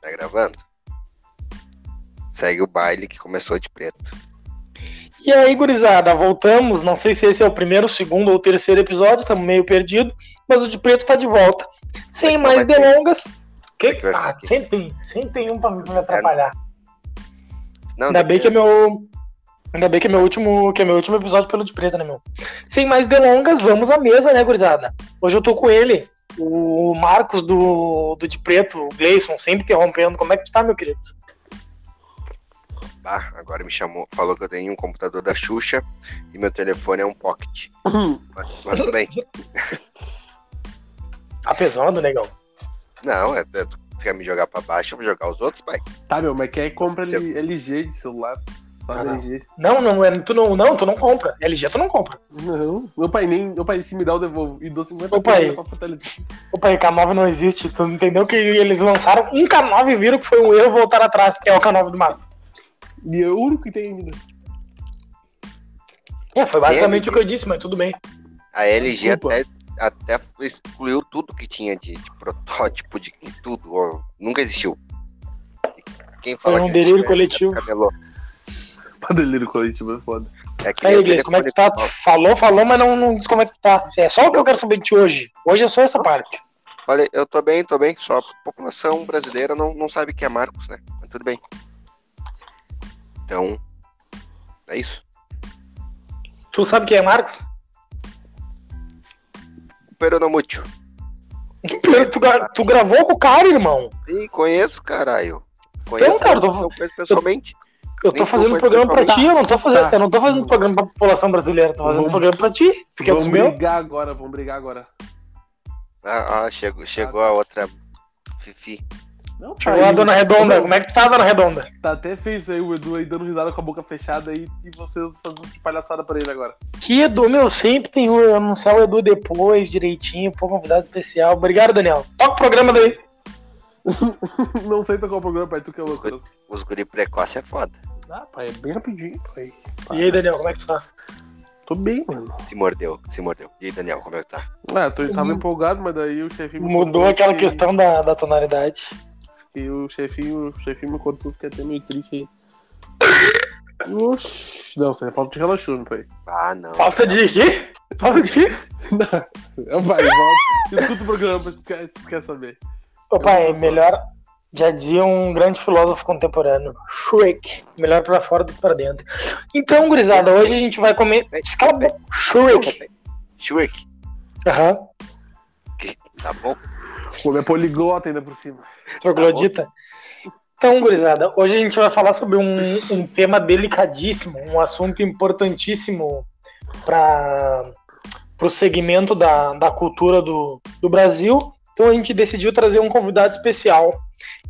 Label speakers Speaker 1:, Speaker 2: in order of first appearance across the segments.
Speaker 1: Tá gravando. Segue o baile que começou de preto.
Speaker 2: E aí, gurizada, voltamos. Não sei se esse é o primeiro, segundo ou terceiro episódio, estamos meio perdido, mas o de preto tá de volta. Sem
Speaker 1: Não
Speaker 2: mais
Speaker 1: vai ter.
Speaker 2: delongas.
Speaker 1: Tem
Speaker 2: Que...
Speaker 1: que versar
Speaker 2: Ah,
Speaker 1: aqui.
Speaker 2: sempre tem, sempre tem um pra me pra me atrapalhar.
Speaker 1: Não,
Speaker 2: Ainda bem que é
Speaker 1: depois-
Speaker 2: meu. Ainda bem que é meu último, que é meu último episódio pelo de preto, né, meu? Sem mais delongas, vamos à mesa, né, gurizada? Hoje eu tô com ele, o Marcos do, do de preto, o Gleison, sempre interrompendo. Como é que tu tá, meu querido?
Speaker 1: Bah, Ah, agora me chamou, falou que eu tenho um computador da Xuxa e meu telefone é um pocket. Mas, mas tudo bem.
Speaker 2: Tá pesando, negão?
Speaker 1: Não, é, é, tu quer me jogar pra baixo, eu vou jogar os outros, pai.
Speaker 3: Tá, meu, mas quem compra
Speaker 1: Seu-
Speaker 3: L- LG de celular? Faz
Speaker 2: Ah, não.
Speaker 3: LG.
Speaker 2: Não, não, é- tu não, não, tu não compra. LG tu não compra.
Speaker 3: Não. Meu pai nem. Meu pai se me dá o devolvo. E dou 50
Speaker 2: Ô, pai.
Speaker 3: pila pra fortalecer.
Speaker 2: Opa, e K9 não existe. Tu não entendeu que eles lançaram um K9 e viram que foi um erro voltar atrás, que é o K9 do Marcos.
Speaker 3: E é o único que tem ainda.
Speaker 2: É, foi basicamente o que eu disse, mas tudo bem.
Speaker 1: A LG
Speaker 3: Desculpa.
Speaker 1: até, até excluiu tudo que tinha de, de protótipo, de de tudo. ó, nunca existiu. Quem
Speaker 2: Foi
Speaker 1: fala
Speaker 2: um
Speaker 1: que
Speaker 2: delírio
Speaker 1: existiu é-
Speaker 2: coletivo.
Speaker 1: é camelô.
Speaker 3: Padeleiro coletivo é foda.
Speaker 1: É que
Speaker 2: E aí,
Speaker 1: nem
Speaker 2: Gleice, como é que tá? Tu
Speaker 1: telefone-
Speaker 2: falou, falou, mas não, não diz como é que tá. É só o que eu quero saber de ti hoje. Hoje é só essa parte.
Speaker 1: Falei, eu tô bem, tô bem. Só a população brasileira não, não sabe quem é Marcos, né? Mas tudo bem. Então, é isso.
Speaker 2: Tu sabe quem é Marcos?
Speaker 1: Peronomútil.
Speaker 2: Tu, gra- tu gravou com o cara, irmão.
Speaker 1: Sim, conheço, caralho. Conheço,
Speaker 2: Então, cara, eu
Speaker 1: eu
Speaker 2: tô,
Speaker 1: conheço pessoalmente.
Speaker 2: eu tô
Speaker 1: Nem
Speaker 2: fazendo
Speaker 1: tu foi
Speaker 2: programa pra ti, eu não tô fazendo,
Speaker 3: Tá.
Speaker 2: eu não tô fazendo programa pra população brasileira, tô fazendo
Speaker 3: Vamos-
Speaker 2: programa pra ti. Tu quer
Speaker 3: vamos
Speaker 2: dos meus?
Speaker 3: brigar agora, vamos brigar agora.
Speaker 1: Ah, ah, chegou, chegou a outra Fifi.
Speaker 3: Não, pai.
Speaker 2: Chegou a Dona Redonda,
Speaker 3: Não,
Speaker 2: como é que tu tá, Dona Redonda?
Speaker 3: Tá até feio isso aí, o Edu aí dando risada com a boca fechada aí e vocês fazendo palhaçada pra ele agora.
Speaker 2: Que Edu, meu, sempre tem o eu anunciar o Edu depois, direitinho, pô, convidado especial. Obrigado, Daniel. Toca o programa daí.
Speaker 3: Não sei tocar o programa, pai, tu que é louco. né?
Speaker 1: Os guri precoce é foda.
Speaker 3: Ah, pai, é bem rapidinho, pai.
Speaker 2: E aí, Daniel, como é que tu tá?
Speaker 3: Tô bem, mano.
Speaker 1: Se mordeu, se mordeu. E aí, Daniel, como é que tá?
Speaker 3: Ah, tô, tava empolgado, mas daí o chefinho. me
Speaker 2: Mudou
Speaker 3: contou
Speaker 2: aquela
Speaker 3: que-
Speaker 2: questão da, da tonalidade.
Speaker 3: E o chefinho, o chefinho me contou que até meio triste aí. Oxi, não, isso é falta de relaxamento, pai.
Speaker 1: Ah, não.
Speaker 2: Falta de quê? Falta de quê?
Speaker 3: Não, vai, volta. Escuta o programa pra se quer, se quer saber.
Speaker 2: Ô, pai,
Speaker 3: Eu não
Speaker 2: melhor. Já dizia um grande filósofo contemporâneo, Shrek. Melhor pra fora do que pra dentro. Então, gurizada, hoje a gente vai comer. Cala a boca. Shrek.
Speaker 1: Shurk,
Speaker 2: Aham.
Speaker 1: tá bom?
Speaker 3: O homem é poliglota ainda por cima.
Speaker 2: Troglodita. Tá Então, gurizada, hoje a gente vai falar sobre um, um tema delicadíssimo, um assunto importantíssimo para o segmento da, da cultura do, do Brasil. Então a gente decidiu trazer um convidado especial,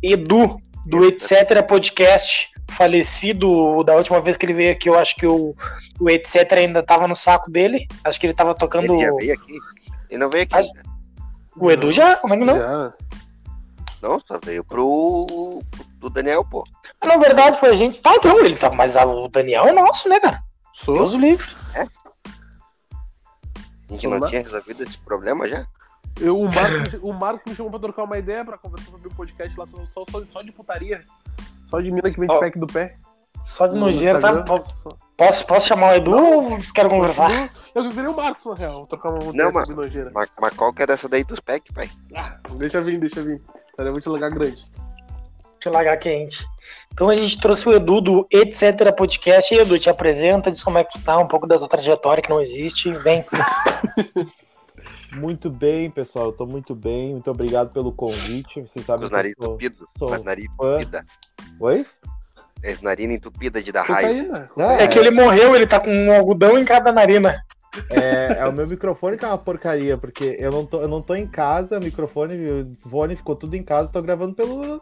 Speaker 2: Edu, do Etc. Podcast, falecido da última vez que ele veio aqui, eu acho que o, o Etc. ainda estava no saco dele. Acho que ele estava tocando.
Speaker 1: Ele já veio aqui. Ele não veio aqui.
Speaker 2: Acho- O Edu já? Como é que não?
Speaker 3: Já.
Speaker 1: Não, só veio pro. do Daniel, pô.
Speaker 2: Na verdade, foi a gente. Tá, então, ele tá. Mas a- o Daniel é nosso, né, cara? Deus
Speaker 3: Sou?
Speaker 2: o livre.
Speaker 1: A gente não
Speaker 3: Olá.
Speaker 1: tinha resolvido esse problema já?
Speaker 3: Eu, o, Marco, o Marco me chamou pra trocar uma ideia, pra conversar sobre o podcast lá, só, só, só- só de putaria. Só de mina que vende
Speaker 2: Ó,
Speaker 3: pack do pé.
Speaker 2: Só de
Speaker 3: No
Speaker 2: nojeira, tá?
Speaker 3: Instagram.
Speaker 2: Po- Posso, posso chamar o Edu ou vocês querem conversar?
Speaker 3: Eu virei o Marcos, na real. Trocar uma
Speaker 1: Não,
Speaker 3: ideia
Speaker 1: mano.
Speaker 3: sobre nojeira.
Speaker 1: Mas, mas qual que é dessa daí dos PEC, pai?
Speaker 3: Ah, deixa vir, deixa vir. Cara, eu vou te largar grande.
Speaker 2: Deixa eu largar quente. Então a gente trouxe o Edu do Etc. Podcast. E Edu, te apresenta, diz como é que tu tá, um pouco da tua trajetória que não existe. Vem.
Speaker 4: Muito bem, pessoal. Eu tô muito bem. Muito obrigado pelo convite. Vocês
Speaker 1: Com
Speaker 4: sabem
Speaker 1: os
Speaker 4: que eu
Speaker 1: nariz
Speaker 4: sou...
Speaker 1: entupidos.
Speaker 4: sou
Speaker 1: Com as narinas
Speaker 4: fã.
Speaker 1: entupidas.
Speaker 4: Oi?
Speaker 1: As narinas entupidas de dar raio.
Speaker 3: Cocaína.
Speaker 4: Ah,
Speaker 2: É que ele morreu, ele tá com um algodão em cada narina.
Speaker 4: É, é o meu microfone que é uma porcaria, porque eu não tô, eu não tô em casa, o microfone, o fone ficou tudo em casa, tô gravando pelo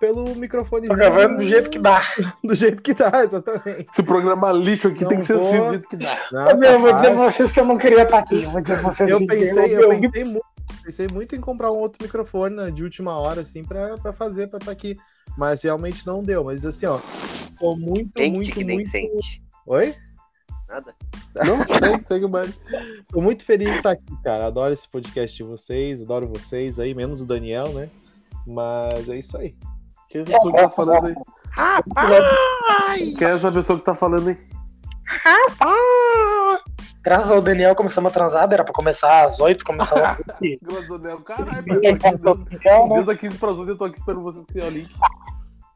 Speaker 4: pelo microfone.
Speaker 2: Tô gravando do jeito que dá.
Speaker 4: do jeito que dá, exatamente.
Speaker 3: Esse programa lixo aqui
Speaker 4: Não
Speaker 3: tem que ser
Speaker 4: vou.
Speaker 3: assim, do jeito que dá.
Speaker 4: Não,
Speaker 2: Eu meu, eu vou
Speaker 4: capaz.
Speaker 2: dizer pra vocês que eu não queria estar aqui. Eu Vou dizer pra vocês
Speaker 4: eu
Speaker 2: que
Speaker 4: pensei,
Speaker 2: eu-
Speaker 4: eu pensei muito, pensei muito em comprar um outro microfone né, de última hora, assim, pra, pra fazer, pra estar aqui. Mas realmente não deu. Mas assim, ó, tô muito,
Speaker 1: Sente
Speaker 4: muito,
Speaker 1: que nem
Speaker 4: muito.
Speaker 1: sente.
Speaker 4: Oi?
Speaker 1: Nada.
Speaker 3: Não, segue, segue o baile.
Speaker 4: Tô muito feliz de estar aqui, cara. Adoro esse podcast de vocês, adoro vocês aí, menos o Daniel, né? Mas é isso aí.
Speaker 3: Quem é essa pessoa que tá falando aí?
Speaker 1: Rapaz!
Speaker 3: Quem é essa pessoa que tá falando aí?
Speaker 2: Graças ao Daniel começamos a transada, era pra começar às 8, começar às 8.
Speaker 3: Glazonel, caralho, mano. eu tô
Speaker 2: tá
Speaker 3: aqui dando-
Speaker 2: Não,
Speaker 3: Desde a 15 para as 8 eu tô aqui esperando vocês criar o link.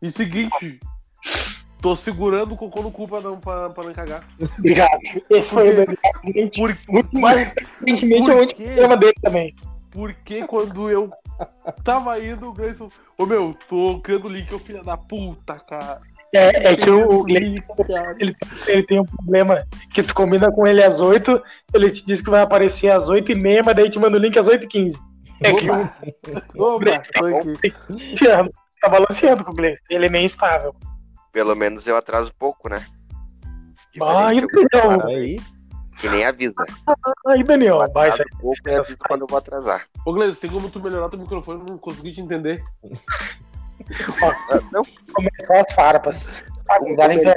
Speaker 3: E seguinte, tô segurando o cocô no cu pra não, pra, pra não cagar.
Speaker 2: Obrigado. Esse foi o Daniel. Gente,
Speaker 3: Por,
Speaker 2: Muito mais recentemente é o
Speaker 3: Por
Speaker 2: último
Speaker 3: quê?
Speaker 2: tema dele também.
Speaker 3: porque quando eu tava indo, o Gleison falou, ô meu, tô criando o link, eu filha da puta, cara.
Speaker 2: É, é que o, o Glenn,
Speaker 3: Link, cara.
Speaker 2: ele, ele tem um problema que tu combina com ele às 8, ele te diz que vai aparecer às 8 e meia, mas daí te manda o link às 8 e 15. É que o
Speaker 3: Opa, tô aqui.
Speaker 2: Luciano tá balanceando com o Gleice. Ele é meio instável.
Speaker 1: Pelo menos eu atraso pouco, né?
Speaker 2: Ai,
Speaker 1: Diferente, eu-
Speaker 2: Daniel.
Speaker 4: Aí,
Speaker 1: Que nem avisa.
Speaker 2: Aí, Daniel, vai,
Speaker 1: Atraso
Speaker 2: sai.
Speaker 1: pouco e aviso quando eu vou atrasar.
Speaker 3: Ô Gleison, tem como tu melhorar teu microfone? Eu não consegui te entender.
Speaker 1: Ah, Não,
Speaker 2: começou as farpas. Ah, não dá nem pra-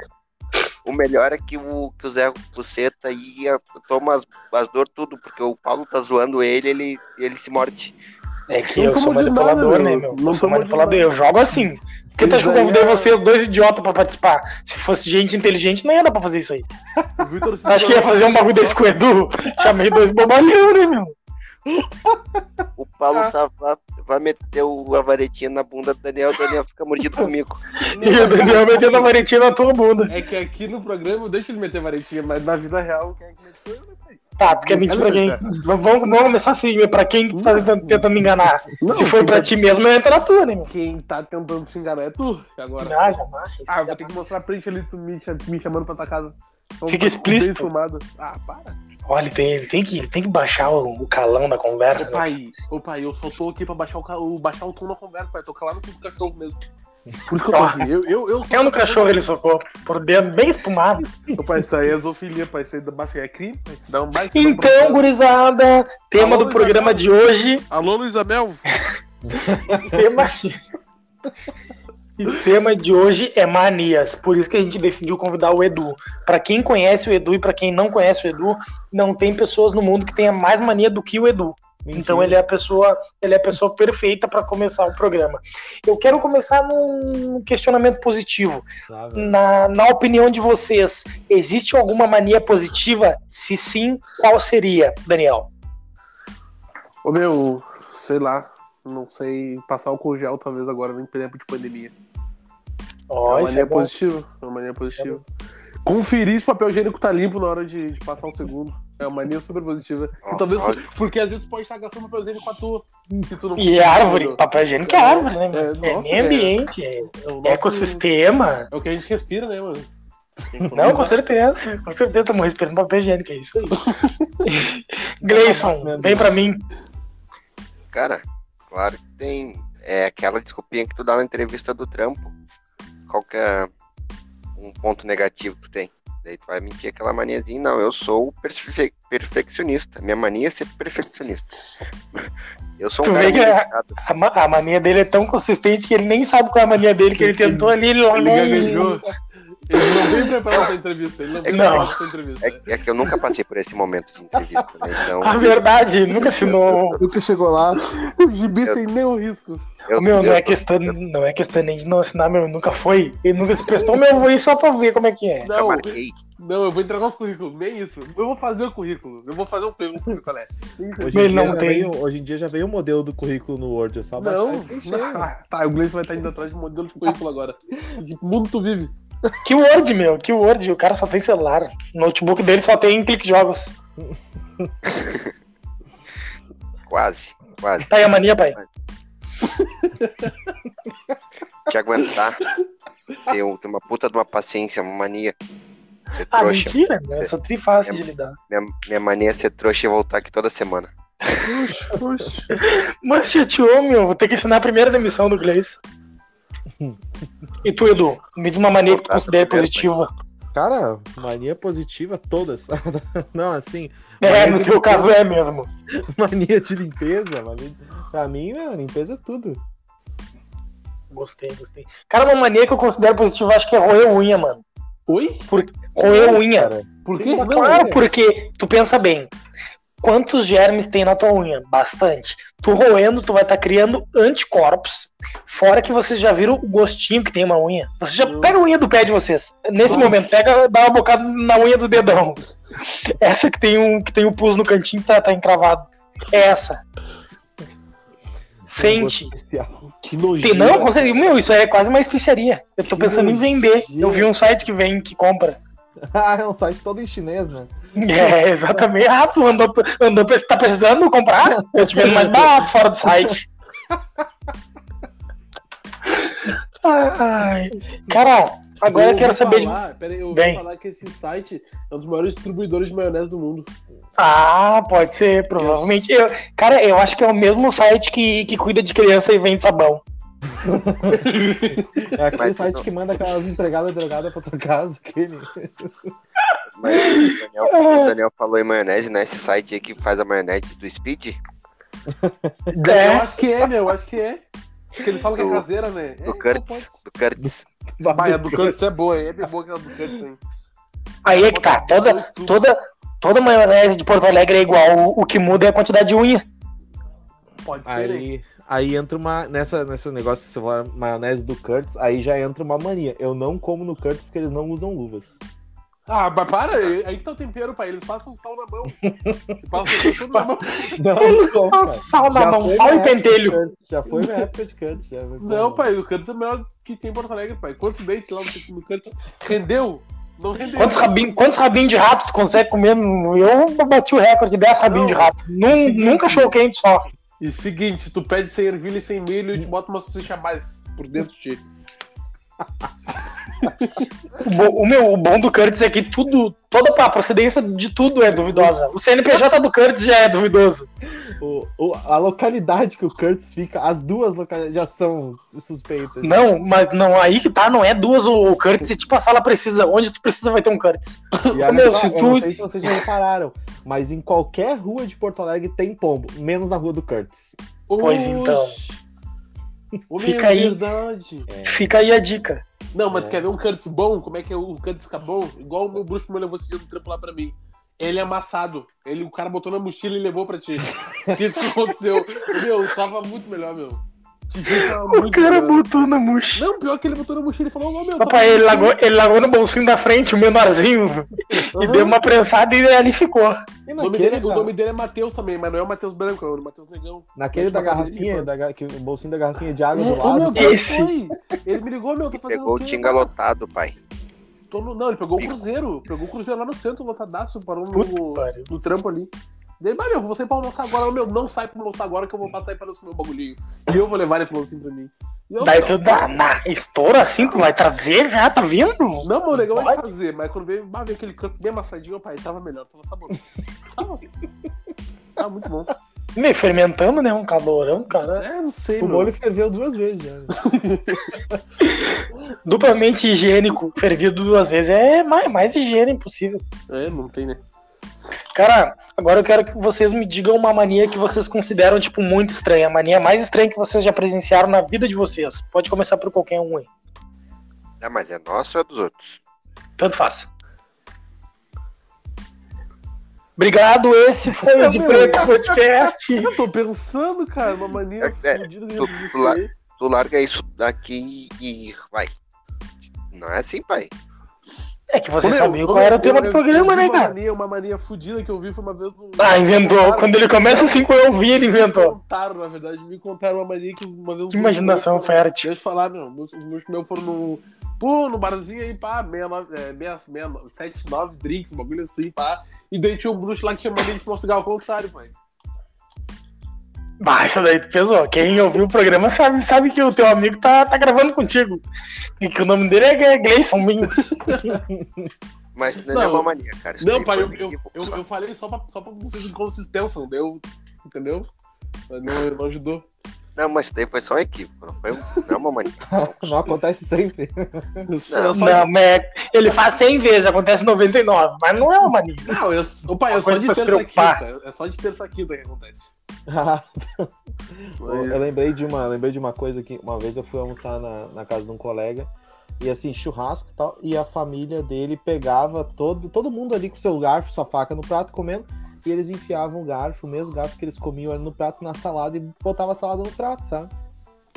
Speaker 1: o melhor é que o, que o Zé Buceta aí a- toma as, as dores tudo, porque o Paulo tá zoando ele, ele, ele se morde.
Speaker 2: É que
Speaker 3: Não
Speaker 2: eu sou
Speaker 3: tamo de
Speaker 2: manipulador,
Speaker 3: nada,
Speaker 2: né,
Speaker 3: meu.
Speaker 2: meu?
Speaker 3: Não
Speaker 2: eu sou
Speaker 3: tamo de
Speaker 2: manipulador. né?
Speaker 3: nada.
Speaker 2: Eu jogo assim. Por que tu acha que eu
Speaker 3: Isso aí
Speaker 2: convidei
Speaker 3: é-
Speaker 2: vocês dois idiotas pra participar? Se fosse gente inteligente, não ia dar pra fazer isso aí.
Speaker 3: O Vitor se
Speaker 2: Acho que ia fazer um bagulho desse com o Edu. Chamei dois bobalhão, né, meu?
Speaker 1: O Paulo tá, vai, vai meter o, a varetinha na bunda do Daniel, o Daniel fica mordido comigo.
Speaker 2: E o Daniel metendo a varetinha na tua bunda.
Speaker 3: É que aqui no programa eu deixo ele meter varetinha, mas na vida real, quem é que mete sou eu, né, pai?
Speaker 2: Tá, tu quer mentir pra quem? V- Vamos, vamos começar assim, meu. Pra quem que tu tá tentando, tentando me enganar?
Speaker 3: Não,
Speaker 2: Se for pra ti mesmo, eu entro na tua, né, meu?
Speaker 3: Quem tá tentando te enganar é tu agora.
Speaker 2: Ah, jamais.
Speaker 3: Ah, eu vou ter que mostrar print ali tu me, cha- me chamando pra tua casa. Então,
Speaker 2: Fica
Speaker 3: tá
Speaker 2: explícito.
Speaker 3: Bem filmado. Ah, para.
Speaker 2: Olha, ele tem, ele tem que, ele tem que baixar o, o calão da conversa.
Speaker 3: Ô
Speaker 2: né?
Speaker 3: pai, ô pai, eu só tô aqui pra baixar o, ca- o- baixar o tom na conversa, pai. Tô calado com o cachorro mesmo. Por isso que eu tô assim. Eu, eu, eu sou-
Speaker 2: Eu no é cachorro ele socou, por dentro bem espumado.
Speaker 3: Ô, pai, isso aí é zoofilia, pai. Isso aí dá- assim, é crime, pai. Dá um baita.
Speaker 2: Então, gurizada, tema
Speaker 3: Alô,
Speaker 2: do programa
Speaker 3: Isabel.
Speaker 2: de hoje,
Speaker 3: Alô, Luizabel?
Speaker 2: tema E tema de hoje é manias. Por isso que a gente decidiu convidar o Edu. Pra quem conhece o Edu e pra quem não conhece o Edu, não tem pessoas no mundo que tenha mais mania do que o Edu. Então ele é a pessoa, ele é a pessoa perfeita pra começar o programa. Eu quero começar num questionamento positivo.
Speaker 4: tá, velho.
Speaker 2: Na, na opinião de vocês, existe alguma mania positiva? Se sim, qual seria, Daniel?
Speaker 3: Ô meu, sei lá. Não sei. Passar o gel talvez agora, em tempo de pandemia. É
Speaker 2: Ó,
Speaker 3: uma
Speaker 2: isso é
Speaker 3: mania
Speaker 2: bom.
Speaker 3: positiva. É uma mania positiva. Conferir se o papel higiênico tá limpo na hora de, de passar o segundo. É uma mania super positiva. E
Speaker 1: Ó,
Speaker 3: talvez,
Speaker 1: ó.
Speaker 3: porque às vezes tu pode estar gastando papel higiênico à toa. Se tu não
Speaker 2: E é árvore, papel higiênico é árvore, né?
Speaker 3: É,
Speaker 2: mano? É,
Speaker 3: nossa,
Speaker 2: meio
Speaker 3: é.
Speaker 2: ambiente, é,
Speaker 3: É o nosso-
Speaker 2: ecossistema.
Speaker 3: É o que a gente respira, né, mano?
Speaker 2: Não, com certeza. Com certeza estamos respirando papel higiênico, é isso aí. Gleison, vem pra mim.
Speaker 1: Cara, claro que tem. É aquela desculpinha que tu dá na entrevista do trampo. Qual que é um ponto negativo que tu tem? Daí tu vai mentir aquela maniazinha. Não, eu sou perfe- perfeccionista. Minha mania é ser perfeccionista. Eu sou um
Speaker 2: Tu
Speaker 1: cara
Speaker 2: vê que
Speaker 1: muito
Speaker 2: é-
Speaker 1: dedicado.
Speaker 2: A, ma- a mania dele é tão consistente que ele nem sabe qual é a mania dele, que ele tentou ali, ele
Speaker 3: Ele gaguejou. Ele não veio preparado pra entrevista. Ele não veio
Speaker 2: Não.
Speaker 3: preparado pra entrevista.
Speaker 1: É, é que eu nunca passei por esse momento de entrevista, né? Então,
Speaker 2: A verdade, ele nunca assinou.
Speaker 4: Nunca chegou lá.
Speaker 3: O gibi sem nenhum risco.
Speaker 1: eu,
Speaker 2: meu, não
Speaker 1: eu
Speaker 2: é, questão, não é questão nem de não assinar, meu, nunca foi. Ele nunca se prestou, meu, eu vou ir só pra ver como é que é.
Speaker 1: nunca
Speaker 3: Não,
Speaker 1: marquei.
Speaker 3: não, eu vou entregar os currículos. Nem isso. Eu vou fazer o currículo. Eu vou fazer os currículos, qual é?
Speaker 4: Hoje
Speaker 2: Ele
Speaker 4: em, dia
Speaker 2: não
Speaker 4: já
Speaker 2: tem.
Speaker 4: veio, hoje em dia já veio o modelo do currículo no Word. É só baixar
Speaker 3: Não,
Speaker 4: e preencher.
Speaker 3: não. Tá, o Gleison vai estar indo atrás de modelo de currículo agora. De que mundo tu vive?
Speaker 2: Que Word, meu, que Word, o cara só tem celular. O notebook dele só tem clique jogos.
Speaker 1: Quase, quase.
Speaker 2: Tá aí a mania, pai.
Speaker 1: Te aguentar. Tem um- tem uma puta de uma paciência, uma mania. Ser
Speaker 2: Ah,
Speaker 1: trouxa.
Speaker 2: mentira, meu, eu sou tri fácil de lidar.
Speaker 1: Minha, minha mania é ser trouxa e voltar aqui toda semana.
Speaker 3: Oxe, oxe.
Speaker 2: Mas chateou, meu, vou ter que ensinar a primeira demissão do Gleice. E tu, Edu, me diz uma mania que tu considera positiva.
Speaker 4: Cara, mania positiva todas. não, assim,
Speaker 2: É, no teu caso é mesmo.
Speaker 4: mania de limpeza. Mania... Pra mim, mano, limpeza é tudo.
Speaker 2: Gostei, gostei. Cara, uma mania que eu considero positiva, acho que é roer unha, mano.
Speaker 3: Oi?
Speaker 2: Roer unha.
Speaker 4: Cara,
Speaker 3: Por quê?
Speaker 4: Não,
Speaker 2: claro,
Speaker 4: é.
Speaker 2: porque tu pensa bem. Quantos germes tem na tua unha? Bastante. Tu roendo, tu vai estar criando anticorpos. Fora que vocês já viram o gostinho que tem uma unha. Vocês já pega a unha do pé de vocês. Nesse
Speaker 3: Nossa.
Speaker 2: momento, pega, dá uma bocada na unha do dedão. Essa que tem um que tem um pus no cantinho tá, tá encravado. É essa. Sente.
Speaker 3: Que nojento.
Speaker 2: Tem, não, consegui. Meu, isso aí é quase uma especiaria. Eu tô pensando em vender. Eu vi um site que vem, que compra.
Speaker 4: ah, é um site todo em chinês, né?
Speaker 2: É, exatamente. Ah, tu andou, andou pes- tá precisando comprar? Eu te vendo mais barato fora do site. Ai, cara, agora eu, quero saber de.
Speaker 3: Falar, pera aí, eu ouvi
Speaker 2: Vem.
Speaker 3: falar que esse site é um dos maiores distribuidores de maionese do mundo.
Speaker 2: Ah, pode ser, provavelmente. Eu, cara, eu acho que é o mesmo site que, que cuida de criança e vende sabão.
Speaker 4: É aquele
Speaker 1: Mas
Speaker 4: site
Speaker 1: não-
Speaker 4: que manda aquelas empregadas drogadas pra tua casa. Aquele.
Speaker 1: Mas o Daniel, o Daniel falou em maionese, né? Esse site aí que faz a maionese do Speed,
Speaker 2: É.
Speaker 3: Eu acho que é, meu, eu acho que é. Porque eles falam que é
Speaker 1: Do-
Speaker 3: caseira, né?
Speaker 1: do
Speaker 3: é,
Speaker 1: Curtis. Do Curtis.
Speaker 3: Bah, a do Curtis é boa, é bem boa aquela do Curtis, hein?
Speaker 2: Aí é que tá. Toda, toda, toda maionese de Porto Alegre é igual. O, o que muda é a quantidade de unha.
Speaker 3: Pode ser, né? hein?
Speaker 4: Aí, aí entra uma. Nessa, nesse negócio que você fala maionese do Curtis, aí já entra uma mania. Eu não como no Curtis porque eles não usam luvas.
Speaker 3: Ah, mas para, aí aí que tá o tempero, pai. Eles passam sal na mão. Eles passam tudo na mão.
Speaker 4: Não, não,
Speaker 2: Só Sal na
Speaker 4: Já
Speaker 2: mão,
Speaker 4: foi
Speaker 2: sal e
Speaker 4: na época de
Speaker 2: pentelho.
Speaker 4: Curtis, já foi minha época de Curtis. Já então,
Speaker 3: Não, pai, o Curtis é o melhor que tem em Porto Alegre, pai. Quantos dentes lá no- no Curtis? Rendeu? Não rendeu.
Speaker 2: Quantos rabinhos quantos rabinho de rato tu consegue comer? Eu bati o recorde, 10 rabinhos de rato. Nun-
Speaker 3: Seguinte.
Speaker 2: nunca show quente só.
Speaker 3: E seguinte, tu pede sem ervilha e sem milho e te bota uma salsicha a mais por dentro de ti.
Speaker 2: O, bo- o meu, o bom do Curtis é que tudo, toda a procedência de tudo é duvidosa. O CNPJ do Curtis já é duvidoso.
Speaker 4: O, o- a localidade que o Curtis fica, as duas localidades já são suspeitas.
Speaker 2: Não, mas não, aí que tá, não é duas o, o Curtis, é tipo a sala precisa. Onde tu precisa vai ter um Curtis.
Speaker 4: E olha
Speaker 2: Meu,
Speaker 4: só,
Speaker 2: se
Speaker 4: eu
Speaker 2: tu-
Speaker 4: não sei se vocês já repararam, mas em qualquer rua de Porto Alegre tem pombo, menos na rua do Curtis.
Speaker 2: Pois então.
Speaker 3: Homem,
Speaker 2: Fica
Speaker 3: é
Speaker 2: aí.
Speaker 3: verdade.
Speaker 2: Fica aí a dica.
Speaker 3: Não, mas tu
Speaker 4: É.
Speaker 3: quer ver um Curtis bom? Como é que é o Curtis fica bom? Igual o meu bruxo me levou esse dia do trampo lá pra mim. Ele é amassado. Ele, o cara botou na mochila e levou pra ti. Que isso que aconteceu. meu, tava muito melhor, meu. Te juro, tava
Speaker 2: O
Speaker 3: muito
Speaker 2: cara
Speaker 3: melhor.
Speaker 2: botou na mochila.
Speaker 3: Não, pior que ele botou na mochila e falou, ô meu. tava
Speaker 2: Papai, ele
Speaker 3: muito
Speaker 2: largou, ele largou no bolsinho da frente, o menorzinho,
Speaker 3: melhor."
Speaker 2: e
Speaker 3: Aham.
Speaker 2: deu uma prensada e ali ficou.
Speaker 4: E
Speaker 3: O nome,
Speaker 4: naquele,
Speaker 3: dele, o
Speaker 4: da,
Speaker 3: nome dele é Matheus também, mas não é o Matheus Branco, é o Matheus Negão.
Speaker 4: naquele da garrafinha, da, ga- que, o bolsinho da garrafinha
Speaker 2: Tá
Speaker 4: de água do
Speaker 3: Ô, meu,
Speaker 4: lado.
Speaker 3: quem
Speaker 2: Esse.
Speaker 3: foi? Ele me ligou, meu, tô fazendo
Speaker 1: Pegou o
Speaker 3: quê?
Speaker 1: Tinga lotado, pai.
Speaker 3: Tô no- Não, ele pegou o Cruzeiro. Pegou o Cruzeiro lá no centro, lotadaço, parou no,
Speaker 2: Puta, pariu.
Speaker 3: no trampo ali. Daí, mas meu, você pra almoçar agora, Ô, meu, não sai pra almoçar agora que eu vou passar aí pra lançar meu bagulhinho. E eu vou levar esse lancinho pra mim. E eu,
Speaker 2: Daí
Speaker 3: não,
Speaker 2: tu dá, na, estoura assim, tu vai trazer já, tá vindo?
Speaker 3: Não, meu, o legal é fazer, mas quando veio, bah, veio aquele canto bem amassadinho, pai, tava melhor, tava saboroso. Tava, tava muito bom.
Speaker 2: Me fermentando, né? Um calorão, cara.
Speaker 3: É, não sei,
Speaker 4: O
Speaker 3: meu.
Speaker 4: molho ferveu duas vezes já. né?
Speaker 2: Duplamente higiênico, fervido duas vezes. É mais, mais higiene impossível.
Speaker 3: É, não tem, né?
Speaker 2: Cara, agora eu quero que vocês me digam uma mania que vocês consideram, tipo, muito estranha. A mania mais estranha que vocês já presenciaram na vida de vocês. Pode começar por qualquer um aí.
Speaker 1: Ah, mas é nosso ou é dos outros?
Speaker 2: Tanto faz. Obrigado, esse foi o
Speaker 3: Meu
Speaker 2: De
Speaker 3: Deus.
Speaker 2: Preto Podcast.
Speaker 3: Eu tô pensando, cara, uma maneira
Speaker 1: É, é,
Speaker 3: fodida que
Speaker 1: tu-
Speaker 3: eu já fiz
Speaker 1: tu la-
Speaker 3: isso aí.
Speaker 1: Tu larga isso daqui e vai. Não é assim, pai.
Speaker 2: É que vocês
Speaker 3: Meu,
Speaker 2: sabiam qual
Speaker 3: quando
Speaker 2: era o
Speaker 3: eu-
Speaker 2: tema
Speaker 3: eu-
Speaker 2: do
Speaker 3: eu
Speaker 2: programa,
Speaker 3: vi
Speaker 2: né,
Speaker 3: uma
Speaker 2: cara?
Speaker 3: Mania, uma mania fudida que eu vi foi uma vez no.
Speaker 2: Ah, inventou. Quando ele começa assim com eu vi, ele
Speaker 3: Me
Speaker 2: inventou.
Speaker 3: contaram, na verdade, me contaram uma mania que uma vez. um
Speaker 2: Que imaginação fértil.
Speaker 3: Deixa eu te falar, meu. Os os meus meus foram no. Pô, no barzinho aí, pá, 69, é, 69, 79 drinks, um bagulho assim, pá. E daí tinha um bruxo lá que tinha mania de fumar cigarro ao contrário, pai.
Speaker 2: Bah, isso daí tu pesou. Quem ouviu o programa sabe, sabe que o teu amigo tá, tá gravando contigo. E que o nome dele é Gleison Mins.
Speaker 1: Mas isso não é
Speaker 3: Não.
Speaker 1: uma mania, cara. Isso
Speaker 3: Não,
Speaker 1: aí
Speaker 3: pai,
Speaker 1: foi
Speaker 3: eu,
Speaker 1: um
Speaker 3: eu,
Speaker 1: equívoco
Speaker 3: eu,
Speaker 1: só.
Speaker 3: eu falei só pra, só pra vocês verem como vocês pensam, deu. Entendeu? Mas Não, não ajudou.
Speaker 1: Não, mas isso daí foi só um equívoco. Não, foi um- não é uma mania.
Speaker 4: Não acontece sempre.
Speaker 3: Só- só-
Speaker 2: Não, mas é, ele faz 100 vezes, acontece 99, mas não é uma mania.
Speaker 3: Não, eu, ô, pai, é
Speaker 2: Uma
Speaker 3: só
Speaker 2: coisa
Speaker 3: de
Speaker 2: pra se
Speaker 3: terça a
Speaker 2: preocupar.
Speaker 3: quinta. É só de terça a quinta que acontece.
Speaker 4: Ah, Eu eu
Speaker 3: Mas...
Speaker 4: lembrei de uma, lembrei de uma coisa que uma vez eu fui almoçar na, na casa de um colega e assim, churrasco e tal, e a família dele pegava todo, todo mundo ali com seu garfo, sua faca no prato comendo, e eles enfiavam o garfo, o mesmo garfo que eles comiam era no prato, na salada e botava a salada no prato, sabe?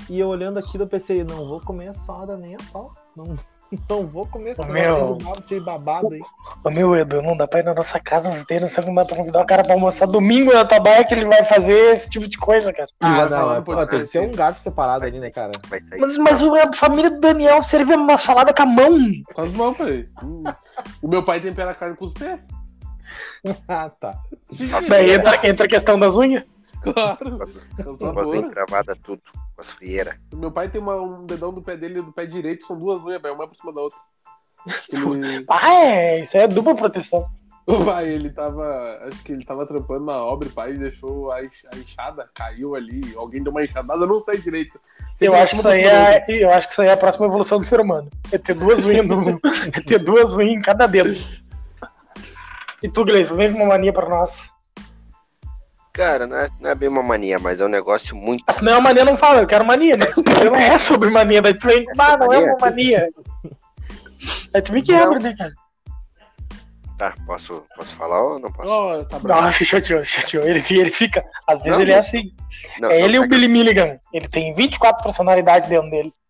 Speaker 4: E eu olhando aquilo, eu pensei, não vou comer a salada nem a pau. Não, não vou comer essa
Speaker 2: Meu.
Speaker 4: salada de babo, de babado aí.
Speaker 2: Ô, meu Edu, não dá pra ir na nossa casa nos dedos, você não dá pra convidar o cara pra almoçar domingo na tabaia que ele vai fazer esse tipo de coisa, cara.
Speaker 3: Ah,
Speaker 4: Ah,
Speaker 3: vai falar
Speaker 4: não,
Speaker 3: no
Speaker 4: pô,
Speaker 3: podcast,
Speaker 4: tem que ter
Speaker 3: sim.
Speaker 4: um garfo separado ali, né, cara?
Speaker 1: Vai sair.
Speaker 2: Mas, mas a família do Daniel servia uma salada com a mão.
Speaker 3: Quase não, pai. Hum. O meu pai tempera a carne com os pés.
Speaker 4: ah, tá.
Speaker 3: Sim,
Speaker 2: Daí entra, entra a questão das unhas.
Speaker 3: claro. É o
Speaker 1: Umas
Speaker 3: sabor.
Speaker 1: encravadas tudo, umas frieiras.
Speaker 3: O Meu pai tem uma- um dedão do pé dele e do pé direito, são duas unhas, pai, uma é por cima da outra. Ele,
Speaker 2: Ah, é, isso aí é dupla proteção.
Speaker 3: o pai, ele tava. Acho que ele tava trampando na obra, o pai deixou a, enx- a enxada, caiu ali, alguém deu uma enxadada, eu não sei direito. Sei
Speaker 2: Eu
Speaker 3: é
Speaker 2: acho, que isso
Speaker 3: uma
Speaker 2: aí
Speaker 3: por cima da outra.
Speaker 2: é, eu acho que isso aí é a próxima evolução do ser humano. É ter duas unhas no, é ter duas unhas em cada dedo. E tu, Gleison, vem com uma mania pra nós.
Speaker 1: Cara, não é, não é bem uma mania, mas é um negócio muito.
Speaker 2: Ah, se não é uma mania, não fala, eu quero mania, né? Porque não é sobre mania, daí tu vem, ah, não é uma mania. Aí tu me quebra, né, cara?
Speaker 1: Tá, posso, posso falar ou não posso?
Speaker 3: Ó, tá bravo.
Speaker 2: Nossa, chateou, chateou. Ele, ele fica, às vezes
Speaker 1: Não,
Speaker 2: ele é assim.
Speaker 1: não, tá
Speaker 2: é
Speaker 1: não
Speaker 2: ele e
Speaker 1: quer
Speaker 2: o Billy Milligan. Ele tem 24 personalidades dentro dele.
Speaker 1: que-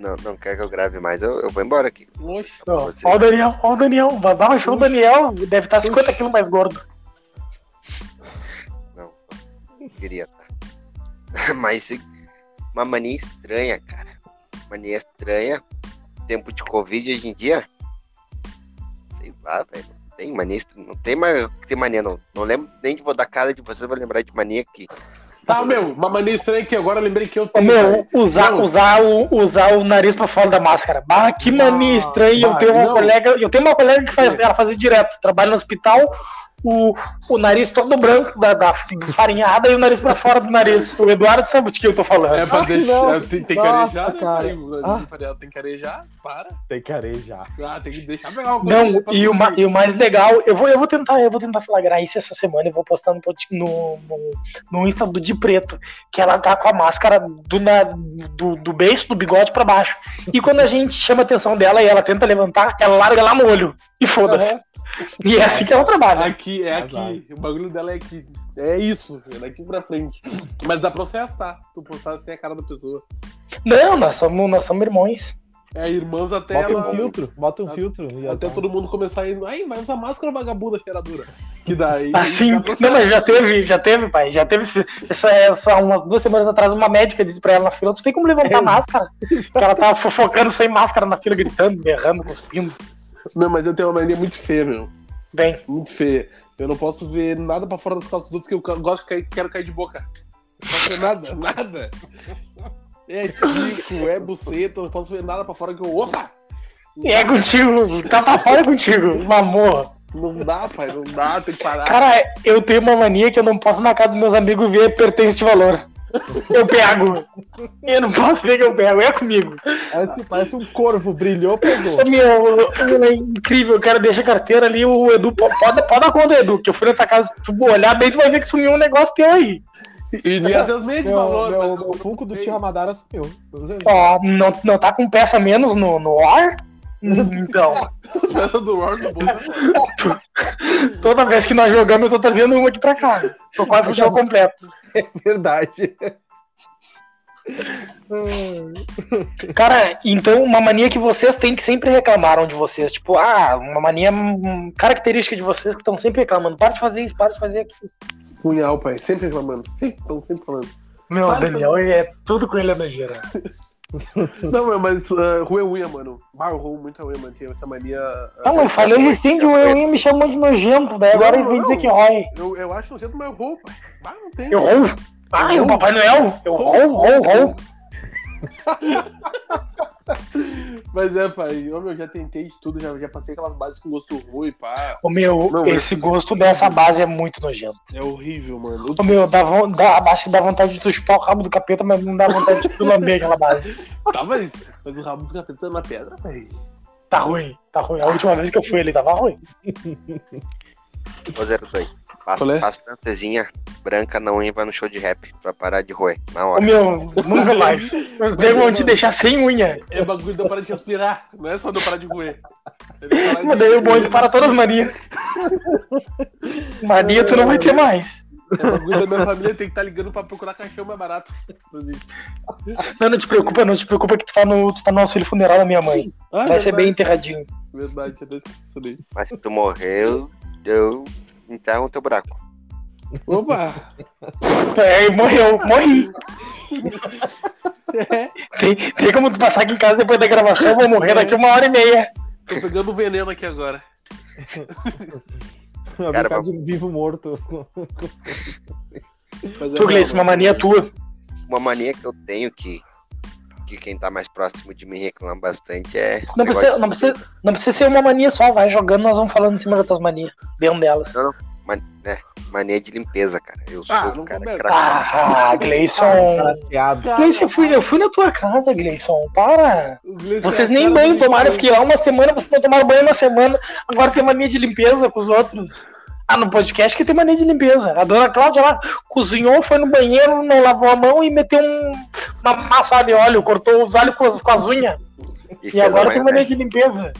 Speaker 1: não, não quer que eu grave mais, eu, eu vou embora aqui.
Speaker 3: Oxe.
Speaker 2: Ó,
Speaker 1: Você-
Speaker 2: ó o Daniel, ó o Daniel. Vai dar um show o Daniel, deve estar 50 quilos mais gordo.
Speaker 1: Não, não queria estar. tá? Mas se- uma mania estranha, cara. Mania estranha. Tempo de Covid hoje em dia. Sei lá, velho. Não Tem mania, estra- não tem mais que tem mania, não. Não lembro nem de vou dar cara de vocês, vou lembrar de mania aqui.
Speaker 3: Tá, meu, uma mania estranha que agora eu lembrei que eu
Speaker 2: Ô,
Speaker 3: tenho.
Speaker 2: meu, usar,
Speaker 3: Não.
Speaker 2: usar, o, usar o nariz pra fora da máscara. Bah, que mania
Speaker 3: Ah,
Speaker 2: estranha. Eu
Speaker 3: bah,
Speaker 2: tenho uma
Speaker 3: não.
Speaker 2: colega, eu tenho uma colega que faz, ela fazia direto. Trabalha no hospital, o, o nariz todo branco da, da farinhada e o nariz pra fora do nariz. O Eduardo sabe de que eu tô falando.
Speaker 3: É pra
Speaker 4: Ai,
Speaker 3: deixar.
Speaker 4: não.
Speaker 3: Tem, tem que
Speaker 4: Nossa,
Speaker 3: arejar, né,
Speaker 4: cara.
Speaker 3: pai? O
Speaker 4: Ah.
Speaker 3: nariz farinhado Tem que arejar, para.
Speaker 4: Tem que arejar.
Speaker 3: Ah, tem que deixar pegar uma coisa
Speaker 2: Não,
Speaker 3: pra
Speaker 2: e o, ma-
Speaker 3: comer.
Speaker 2: e o mais legal, eu vou, eu vou tentar, eu vou tentar flagrar isso essa semana, eu vou postar no, pod- no, no, no Insta do de preto, que ela tá com a máscara do, na, do, do beijo, do bigode pra baixo. E quando a gente chama a atenção dela e ela tenta levantar, ela larga lá no olho. E foda-se. E é assim que ela trabalha.
Speaker 3: Aqui, é aqui. O bagulho dela é aqui. É isso, é daqui pra frente. Mas dá processo, tá? Tu postar sem a cara da pessoa.
Speaker 2: Não, nós somos, nós somos irmãos.
Speaker 3: É, irmãos até
Speaker 4: Bota
Speaker 3: ela.
Speaker 4: um filtro, bota um
Speaker 3: Até-
Speaker 4: filtro. e
Speaker 3: Até
Speaker 4: azar.
Speaker 3: todo mundo começar a ir. Ai, vai usar máscara vagabunda cheiradura. Que daí.
Speaker 2: Assim,
Speaker 3: dá processo.
Speaker 2: não, mas já teve, já teve, pai. Já teve esse- essa, essa umas duas semanas atrás, uma médica disse pra ela na fila, tu tem como levantar a máscara? Porque ela tava fofocando sem máscara na fila, gritando, berrando, cuspindo.
Speaker 3: Meu, mas eu tenho uma mania muito feia, meu.
Speaker 2: Bem,
Speaker 3: Muito feia. Eu não posso ver nada pra fora das calças dos outros que eu ca- gosto de cair, quero cair de boca. Não posso ver nada, nada. É tico, é buceta, não posso ver nada pra fora que eu. Opa!
Speaker 2: é contigo, tá pra fora contigo, mamor.
Speaker 3: Não dá, pai, não dá, tem que parar.
Speaker 2: Cara, eu tenho uma mania que eu não posso na casa dos meus amigos ver pertence de valor. Eu pego. Eu não posso ver que eu pego, é comigo.
Speaker 4: Parece, parece um corvo, brilhou, pegou.
Speaker 2: Ô, Meu, é incrível, o cara deixa a carteira ali, o Edu, pô, pode, pode dar conta, Edu, que eu fui na tua casa, se tu olhar, daí tu vai ver que sumiu um negócio teu aí.
Speaker 3: E de às vezes meio de
Speaker 4: Meu,
Speaker 3: valor, né?
Speaker 4: meu,
Speaker 3: mas
Speaker 4: meu
Speaker 3: eu-
Speaker 4: Funko do
Speaker 3: Ei,
Speaker 4: Tio Ramadara sumiu. Não sei.
Speaker 2: Ó, não, não tá com peça menos no, no ar? Então,
Speaker 3: peça do Né? War do Bolsa.
Speaker 2: toda vez que nós jogamos, eu tô trazendo uma aqui pra cá. Tô quase com o jogo completo.
Speaker 4: Verdade.
Speaker 2: Cara, então uma mania que vocês têm que sempre reclamaram de vocês. Tipo, ah, uma mania hum, característica de vocês que estão sempre reclamando. Para de fazer isso, para de fazer aquilo.
Speaker 3: Punhal, pai, sempre reclamando. Sempre, tão sempre falando.
Speaker 2: Meu,
Speaker 3: Para de
Speaker 2: Daniel é tudo com ele na gira.
Speaker 3: Não, meu, mas uh, ruim é unha, mano. Bah, eu roubo muita unha, mano. Tinha essa mania. ah,
Speaker 2: Não, eu falei recente, o Euinho me chamou de nojento, daí agora ele vem dizer que rói.
Speaker 3: Eu, eu acho nojento, mas eu roubo, pai. Bah, não tem.
Speaker 2: Eu rou? Ah, eu Papai Noel? Eu rou, rou, rou.
Speaker 3: Mas é, pai, eu, meu, já tentei de tudo, já, já passei aquelas bases com gosto ruim, pá.
Speaker 2: Ô meu,
Speaker 3: Não,
Speaker 2: esse
Speaker 3: mas-
Speaker 2: gosto dessa base é muito nojento.
Speaker 3: É horrível, mano.
Speaker 2: Ô meu, dá, von- dá, acho que dá vontade de tu chupar o rabo do capeta, mas não dá vontade de tu lamber aquela base.
Speaker 3: Tá, mas, mas o rabo do capeta na pedra, pai.
Speaker 2: Tá ruim, tá ruim. A última vez que eu fui ele tava ruim.
Speaker 1: Ô, 02. Passa,
Speaker 3: Qual é?
Speaker 1: passa francesinha. branca não vai no show de rap. Tu vai parar de roer na
Speaker 2: Ô
Speaker 1: hora.
Speaker 2: meu, nunca mais. Os negros vão te deixar sem unha.
Speaker 3: É bagulho de eu parar de respirar. Não é só de eu parar de roer.
Speaker 2: Mas daí o bom é que para todas as Maria. Maria, tu não vai ter mais.
Speaker 3: É bagulho da minha família tem que estar ligando pra procurar caixão mais barato.
Speaker 2: Não, não te preocupa, não te preocupa que tu tá no, tu tá no auxílio funeral da minha mãe.
Speaker 4: Ah,
Speaker 2: Vai ser
Speaker 4: verdade.
Speaker 2: bem enterradinho.
Speaker 3: Verdade, eu não esqueci disso.
Speaker 1: Mas se tu morreu, eu enterro o teu buraco.
Speaker 3: Opa!
Speaker 2: É, morreu, morri. Tem, tem como tu passar aqui em casa depois da gravação, eu vou morrer daqui uma hora e meia.
Speaker 3: Tô pegando veneno aqui agora.
Speaker 4: Vai
Speaker 1: Cara,
Speaker 4: brincar tá de vivo morto.
Speaker 3: Mas é
Speaker 2: Tu, Gleice, uma mania tua.
Speaker 1: Uma mania que eu tenho que, que quem tá mais próximo de mim reclama bastante é.
Speaker 2: Não
Speaker 1: negócio
Speaker 2: precisa,
Speaker 1: de-
Speaker 2: não, precisa, não precisa ser uma mania só, vai jogando, nós vamos falando em cima das tuas manias, dentro delas.
Speaker 1: Mania de limpeza, cara. Eu sou
Speaker 3: Ah,
Speaker 1: o
Speaker 3: não
Speaker 1: cara
Speaker 3: começa.
Speaker 1: craque.
Speaker 2: Ah, Gleison.
Speaker 4: Traseado.
Speaker 2: Gleice, eu fui, eu fui na tua casa, Gleison. Para!
Speaker 3: O Gleice
Speaker 2: Vocês
Speaker 3: é a
Speaker 2: nem
Speaker 3: cara
Speaker 2: banho
Speaker 3: do
Speaker 2: tomaram, eu
Speaker 3: Gleice.
Speaker 2: fiquei lá uma semana, vocês não tomaram banho uma semana, agora tem mania de limpeza com os outros. Ah, no podcast que tem mania de limpeza. A dona Cláudia lá cozinhou, foi no banheiro, não lavou a mão e meteu um, uma massa de óleo, cortou os alhos com as, com as unhas.
Speaker 1: E,
Speaker 2: E
Speaker 1: fez, a
Speaker 2: agora tem mania
Speaker 1: maionese,
Speaker 2: de limpeza.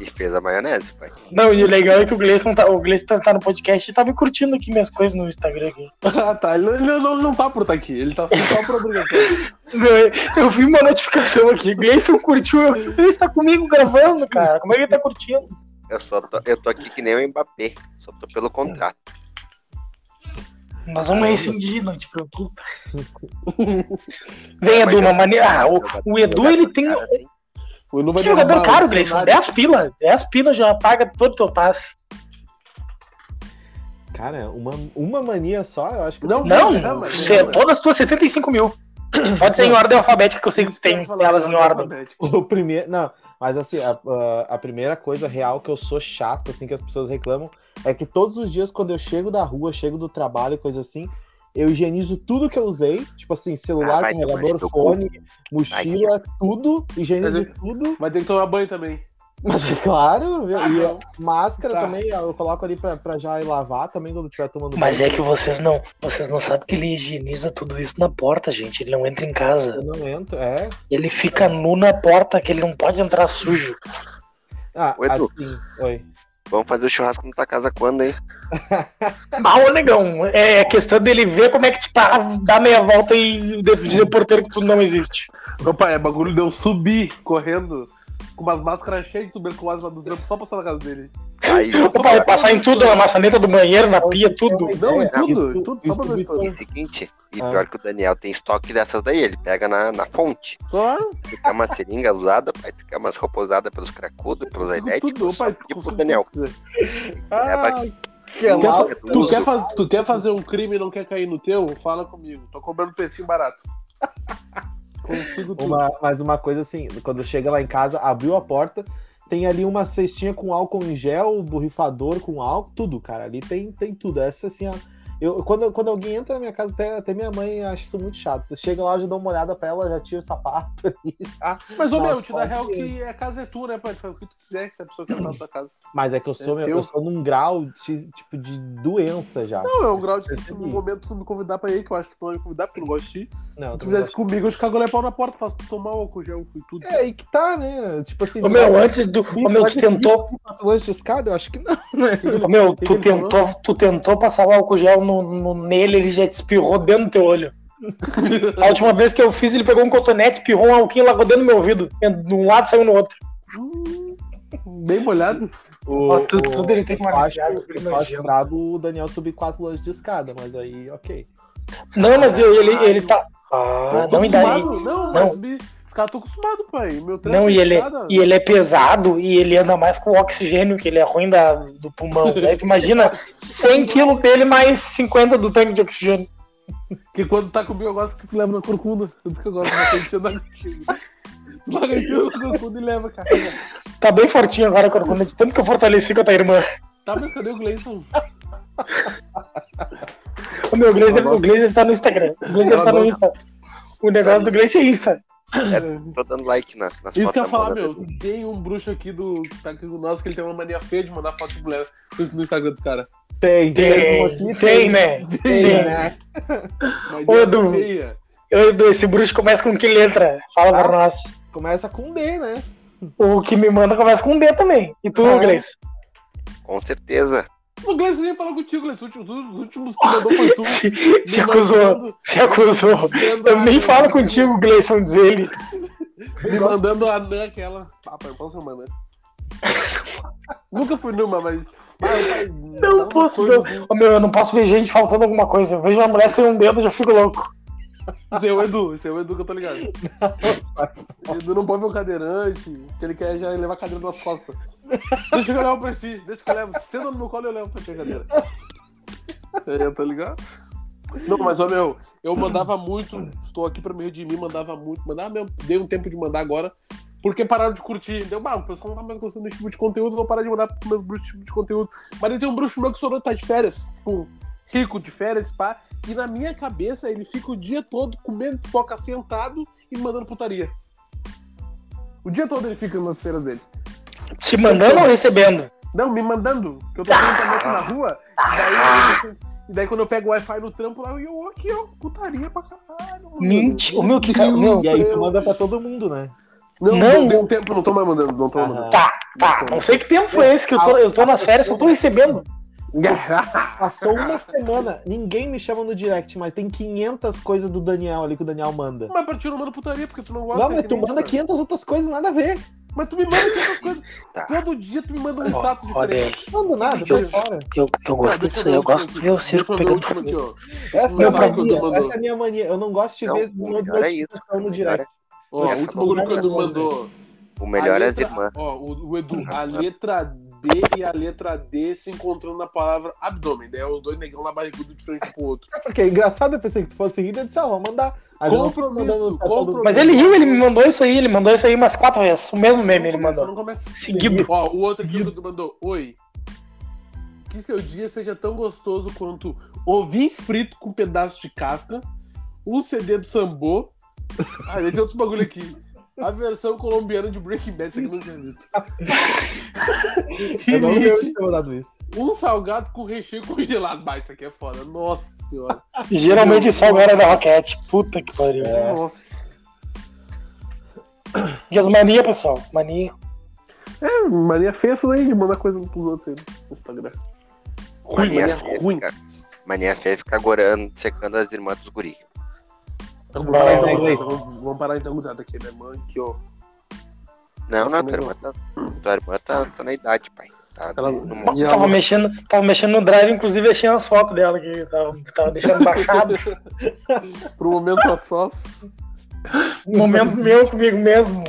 Speaker 1: e fez a maionese, pai.
Speaker 2: Não, e o legal é que o Gleison tá, o Gleison tá, tá no podcast e tá me curtindo aqui minhas coisas no Instagram aqui.
Speaker 3: Ah, tá. Ele ele não, não tá por estar aqui. Ele tá só por obrigação.
Speaker 2: Meu, Eu vi uma notificação aqui. Gleison curtiu. eu- Ele está comigo gravando, cara. Como é que ele tá curtindo?
Speaker 1: Eu, só tô, eu tô aqui que nem o Mbappé. Só tô pelo contrato.
Speaker 2: Nós vamos rescindir, não te preocupa. Vem, Edu,
Speaker 1: Mas
Speaker 2: uma
Speaker 1: eu-
Speaker 2: maneira. Ah, o, o Edu, ele tem.
Speaker 1: Cara, assim,
Speaker 3: O Edu vai
Speaker 2: Que jogador
Speaker 3: derrubar
Speaker 2: caro,
Speaker 3: o
Speaker 2: Gleison. é
Speaker 3: cenário.
Speaker 2: 10 pila. 10 pila já paga todo o teu passe.
Speaker 4: Cara, uma, uma mania só, eu acho que.
Speaker 3: Não,
Speaker 2: Não,
Speaker 3: derrama,
Speaker 2: você-
Speaker 3: derrama.
Speaker 2: todas as tuas 75 mil. Pode ser em ordem alfabética, que eu sei assim que
Speaker 3: Isso
Speaker 2: tu
Speaker 3: eu
Speaker 2: tem
Speaker 3: ia falar, é
Speaker 2: elas em
Speaker 3: cara,
Speaker 2: ordem.
Speaker 3: alfabético.
Speaker 4: O primeiro. Não, mas assim, a, a- a primeira coisa real que eu sou chato, assim, que as pessoas reclamam, é que todos os dias, quando eu chego da rua, chego do trabalho, e coisa assim, eu higienizo tudo que eu usei, tipo assim,
Speaker 1: Ah,
Speaker 4: celular,
Speaker 1: vai tomar no
Speaker 4: carregador,
Speaker 1: teu cu.
Speaker 4: fone, mochila, tudo, higienizo
Speaker 3: Mas é- eu-
Speaker 4: tudo,
Speaker 3: Mas tem que tomar banho também.
Speaker 4: claro, e a máscara
Speaker 3: Tá.
Speaker 4: também, eu coloco ali pra, pra já ir lavar também quando estiver tomando
Speaker 2: Mas
Speaker 4: banho.
Speaker 2: é que vocês não. Vocês não sabem que ele higieniza tudo isso na porta, gente. Ele não entra em casa.
Speaker 4: Eu não entro, é.
Speaker 2: Ele fica nu na porta, que ele não pode entrar sujo.
Speaker 4: Ah,
Speaker 1: Ô, Edu.
Speaker 4: assim, oi.
Speaker 1: Vamos fazer o churrasco na tua casa quando, hein?
Speaker 2: Ah, ô negão, é questão dele ver como é que tu tá, dar meia volta e dizer pro porteiro que tu não existe.
Speaker 3: Opa, é bagulho de eu subir correndo com umas máscaras cheias de tuberculose lá do trampo só passar na casa dele.
Speaker 1: Aí,
Speaker 2: Opa, vai passar em tudo, na maçaneta do banheiro, na pia, tudo.
Speaker 3: Não, em
Speaker 4: É,
Speaker 3: tudo,
Speaker 4: isso-
Speaker 3: em tudo, só pra ver
Speaker 4: isso-
Speaker 1: e
Speaker 3: tudo.
Speaker 1: seguinte, e
Speaker 4: Ah.
Speaker 1: pior que o Daniel tem estoque dessas daí, ele pega na, na fonte.
Speaker 3: Claro,
Speaker 1: Tu quer uma seringa usada, pai, tu quer umas roupas usadas pelos cracudos, pelos
Speaker 2: é
Speaker 3: tudo,
Speaker 1: aidéticos,
Speaker 3: opa,
Speaker 1: tipo
Speaker 3: consigo
Speaker 1: o Daniel.
Speaker 3: tudo que quiser.
Speaker 1: Ah,
Speaker 4: que
Speaker 3: Tu quer um
Speaker 4: lá-
Speaker 3: fa- Tu quer, faz- tu quer fazer um crime e não quer cair no teu? Fala comigo. Tô cobrando precinho barato. Consigo tudo.
Speaker 4: Uma- mas uma coisa assim, quando chega lá em casa, abriu a porta, tem ali uma cestinha com álcool em gel, borrifador com álcool, tudo, cara. Ali tem, tem tudo. Essa assim, ó. Eu, quando, quando alguém entra na minha casa, até, até minha mãe acha isso muito chato. Chega lá, eu já dou uma olhada pra ela, já tiro o sapato ali. já.
Speaker 3: Mas, ô
Speaker 4: Não,
Speaker 3: meu, te dá
Speaker 4: pode
Speaker 3: real
Speaker 4: ser.
Speaker 3: que a casa é tua, né, pai? Tu faz o que tu quiser, que se a pessoa quer entrar na tua casa.
Speaker 4: Mas é que eu sou,
Speaker 3: É
Speaker 4: meu,
Speaker 3: teu.
Speaker 4: eu sou num grau de, tipo, de doença já.
Speaker 3: Não, é um grau de que
Speaker 4: Percebi.
Speaker 3: no momento tu me convidar pra ir, que eu acho que tu não vai me convidar, porque eu não gosto de ti.
Speaker 4: Não,
Speaker 3: Se
Speaker 4: eu
Speaker 3: tu
Speaker 4: tô
Speaker 3: fizesse comigo, eu te cago pau na porta, faço tu tomar o álcool gel e tudo.
Speaker 4: É aí que tá, né? Tipo assim.
Speaker 2: Ô meu, antes do. Ô meu, tu tentou.
Speaker 4: Lanche de escada? Eu acho que não, né?
Speaker 2: Ô meu, tu tentou, tu tentou passar o álcool gel no, no- nele, ele já te espirrou dentro do teu olho. A última vez que eu fiz, ele pegou um cotonete, espirrou um alquinho, largou dentro do meu ouvido. De um lado saiu no outro.
Speaker 3: Hum, Bem molhado.
Speaker 4: O,
Speaker 2: Ó, tu- tudo ele tem que
Speaker 4: eu só acho-
Speaker 2: manusear,
Speaker 4: eu
Speaker 2: ele
Speaker 4: só
Speaker 2: imagina.
Speaker 4: acho brabo o Daniel subir quatro lances de escada, mas aí, ok.
Speaker 2: Não, mas eu- ele, ele tá. Ah,
Speaker 3: Tô
Speaker 2: não, e daí?
Speaker 3: acostumado. Não,
Speaker 2: Não.
Speaker 3: mas me- os caras estão acostumados, pai. Meu trampo
Speaker 2: Não, e
Speaker 3: de
Speaker 2: ele,
Speaker 3: cara-
Speaker 2: e ele é pesado e ele anda mais com oxigênio, que ele é ruim da, do pulmão. Daí tu imagina 100 quilos dele mais 50 do tanque de oxigênio.
Speaker 3: Que quando tá comigo, eu gosto que tu leva na corcunda. Tudo que eu gosto, mas tem que andar contigo. Só que eu na corcunda e leva, cara.
Speaker 2: Tá bem fortinho agora, Corcunda, de tanto que eu fortaleci com a tua irmã.
Speaker 3: Tá, mas cadê o Gleison?
Speaker 2: O meu Gleison deve, o Gleison deve tá no Instagram. O Gleison deve tá no Insta. O negócio do Gleison é Insta.
Speaker 1: Tô dando like na, nas fotos
Speaker 3: Isso que
Speaker 1: da
Speaker 3: eu ia falar,
Speaker 1: moda
Speaker 3: meu.
Speaker 1: dele.
Speaker 3: Tem um bruxo aqui do. Tá aqui do nosso que ele tem uma mania feia de mandar foto de mulher no Instagram do cara.
Speaker 4: Tem,
Speaker 2: Tem,
Speaker 4: um aqui,
Speaker 2: tem, né?
Speaker 4: Tem, né?
Speaker 3: Mas
Speaker 2: Ô,
Speaker 3: é
Speaker 2: Edu.
Speaker 3: feia.
Speaker 2: Eu, Edu, esse bruxo começa com que letra? Fala pra
Speaker 4: Ah.
Speaker 2: nós.
Speaker 4: Começa com D, né?
Speaker 2: O que me manda começa com D também. E tu,
Speaker 4: Ah.
Speaker 2: Gleice?
Speaker 1: Com certeza.
Speaker 3: O Gleison nem falou contigo, Gleison. Os últimos- os últimos que mandou foi tu.
Speaker 2: Se, se acusou, se acusou. Eu nem falo contigo, Gleison, diz ele.
Speaker 3: Me mandando a anã aquela. Ah, pai, eu posso ser uma anã? Nunca fui numa, mas. Pai, pai, dá uma
Speaker 2: posso,
Speaker 3: coisa
Speaker 2: não.
Speaker 3: assim.
Speaker 2: Ô, meu, eu não posso ver gente faltando alguma coisa. Eu vejo uma mulher sem um dedo, eu já fico louco.
Speaker 3: Esse é o Edu, esse é o Edu que eu tô ligado. Edu não pode ver um cadeirante, que ele quer já levar a cadeira nas costas. Deixa que eu levo pra ti, deixa que eu levo. Senta no meu colo e eu levo pra ti a cadeira. É, tá ligado? Não, mas ó, meu, eu mandava muito, estou aqui pra me redimir, mandava muito, mandava mesmo, dei um tempo de mandar agora, porque pararam de curtir. Deu, bah, o pessoal não tá mais gostando desse tipo de conteúdo, vou parar de mandar pro meus bruxos esse tipo de conteúdo. Mas eu tenho um bruxo meu que sorou tá de férias, tipo, rico de férias, pá. E na minha cabeça ele fica o dia todo comendo pipoca sentado e mandando putaria. O dia todo ele fica nas feiras dele.
Speaker 2: Te mandando ou recebendo?
Speaker 3: Não, me mandando, que eu tô com internet na rua.
Speaker 2: Ah.
Speaker 3: Daí, e daí quando eu pego o Wi-Fi no trampo lá, eu aqui, ó, putaria pra caralho. mano.
Speaker 2: Mente. O meu que. ca-
Speaker 3: Deus.
Speaker 2: Meu,
Speaker 4: E aí tu manda pra todo mundo, né?
Speaker 3: Não,
Speaker 2: Não.
Speaker 3: não, deu um tempo, não tô mais mandando, não tô mais mandando.
Speaker 2: tá, tá. Não sei que tempo foi esse que eu tô, eu tô nas férias, eu tô recebendo.
Speaker 4: Passou uma semana, ninguém me chama no direct, mas tem 500 coisas do Daniel ali que o Daniel manda.
Speaker 3: Mas pra ti eu não mando putaria, porque tu não gosta.
Speaker 4: Não,
Speaker 3: é
Speaker 4: mas
Speaker 3: que
Speaker 4: tu
Speaker 3: nem,
Speaker 4: manda
Speaker 3: cara.
Speaker 4: 500 outras coisas, nada a ver.
Speaker 3: Mas tu me manda essas coisas.
Speaker 1: Tá.
Speaker 3: Todo dia tu me manda um status diferente.
Speaker 4: Manda nada, sai fora.
Speaker 2: Eu, eu
Speaker 3: Tá,
Speaker 2: gosto
Speaker 3: deixa
Speaker 2: disso aí, eu um
Speaker 3: ver o
Speaker 2: gosto
Speaker 3: último
Speaker 2: de ver o
Speaker 3: aqui.
Speaker 2: circo
Speaker 3: Deixa eu ver o
Speaker 2: pegando
Speaker 3: último aqui,
Speaker 2: fogo.
Speaker 3: ó.
Speaker 4: Essa é
Speaker 2: Não,
Speaker 4: a
Speaker 3: sabe quando
Speaker 4: mania,
Speaker 3: mandou?
Speaker 4: essa é a minha mania. Eu não gosto de
Speaker 1: Não,
Speaker 4: ver
Speaker 1: o melhor é isso.
Speaker 4: notificação no
Speaker 1: o melhor é-
Speaker 4: direct.
Speaker 3: Ó, o
Speaker 1: Essa
Speaker 3: último bagulho
Speaker 2: é
Speaker 3: que o Edu
Speaker 4: não,
Speaker 2: né?
Speaker 3: mandou.
Speaker 1: O melhor
Speaker 3: A
Speaker 1: é as
Speaker 3: letra- Uhum.
Speaker 1: irmãs.
Speaker 3: Ó, o, o Edu, a letra B e a letra D se encontrando na palavra abdômen. Daí é os dois negão lá barrigudo de frente um pro outro.
Speaker 4: É porque é engraçado, eu pensei que tu fosse seguida, eu disse, ah, vou mandar. Aí eu não tô
Speaker 3: Compromisso,
Speaker 4: mandando pra todo
Speaker 3: compromisso.
Speaker 4: mundo.
Speaker 2: Mas ele riu, ele me mandou isso aí, ele mandou isso aí umas quatro vezes. O mesmo meme ele
Speaker 3: Não começa,
Speaker 2: mandou.
Speaker 3: Não começa.
Speaker 2: Seguido.
Speaker 3: Ó, o outro aqui que mandou. Oi. Que seu dia seja tão gostoso quanto ovinho frito com pedaço de casca, um CD do Sambô. Ah, ele tem outros bagulho aqui. A versão colombiana de Breaking Bad, isso aqui eu não tinha visto.
Speaker 2: É
Speaker 4: Eu não lembro
Speaker 3: Rinite.
Speaker 4: de ter mandado isso.
Speaker 3: Um salgado com recheio congelado. Bah, isso aqui é foda. Nossa senhora.
Speaker 2: Geralmente só agora é da Roquete. Puta que pariu.
Speaker 3: Nossa.
Speaker 2: E as mania, pessoal. Mania.
Speaker 3: É, mania feia isso daí de mandar coisa pros outros aí no Instagram. Ruim,
Speaker 1: Mania
Speaker 3: mania
Speaker 1: feia,
Speaker 3: ruim.
Speaker 1: cara. Mania feia ficar gorando, secando as irmãs dos guri.
Speaker 3: Então,
Speaker 2: Vai,
Speaker 3: vamos parar então,
Speaker 4: vai,
Speaker 3: gurizada.
Speaker 4: vai.
Speaker 3: Vamos- Vamos parar então, guzada, aqui, minha mãe, que ó.
Speaker 1: Não, não, tua
Speaker 3: Também
Speaker 1: irmã tá, tua irmã tá, tá na idade, pai. Tá
Speaker 3: Ela-
Speaker 1: no momento.
Speaker 3: e
Speaker 2: Tava
Speaker 3: ela-
Speaker 2: mexendo, tava mexendo no drive, inclusive achei umas fotos dela que tava, tava deixando baixado.
Speaker 3: Pro momento a sós.
Speaker 2: Um Momento meu comigo mesmo.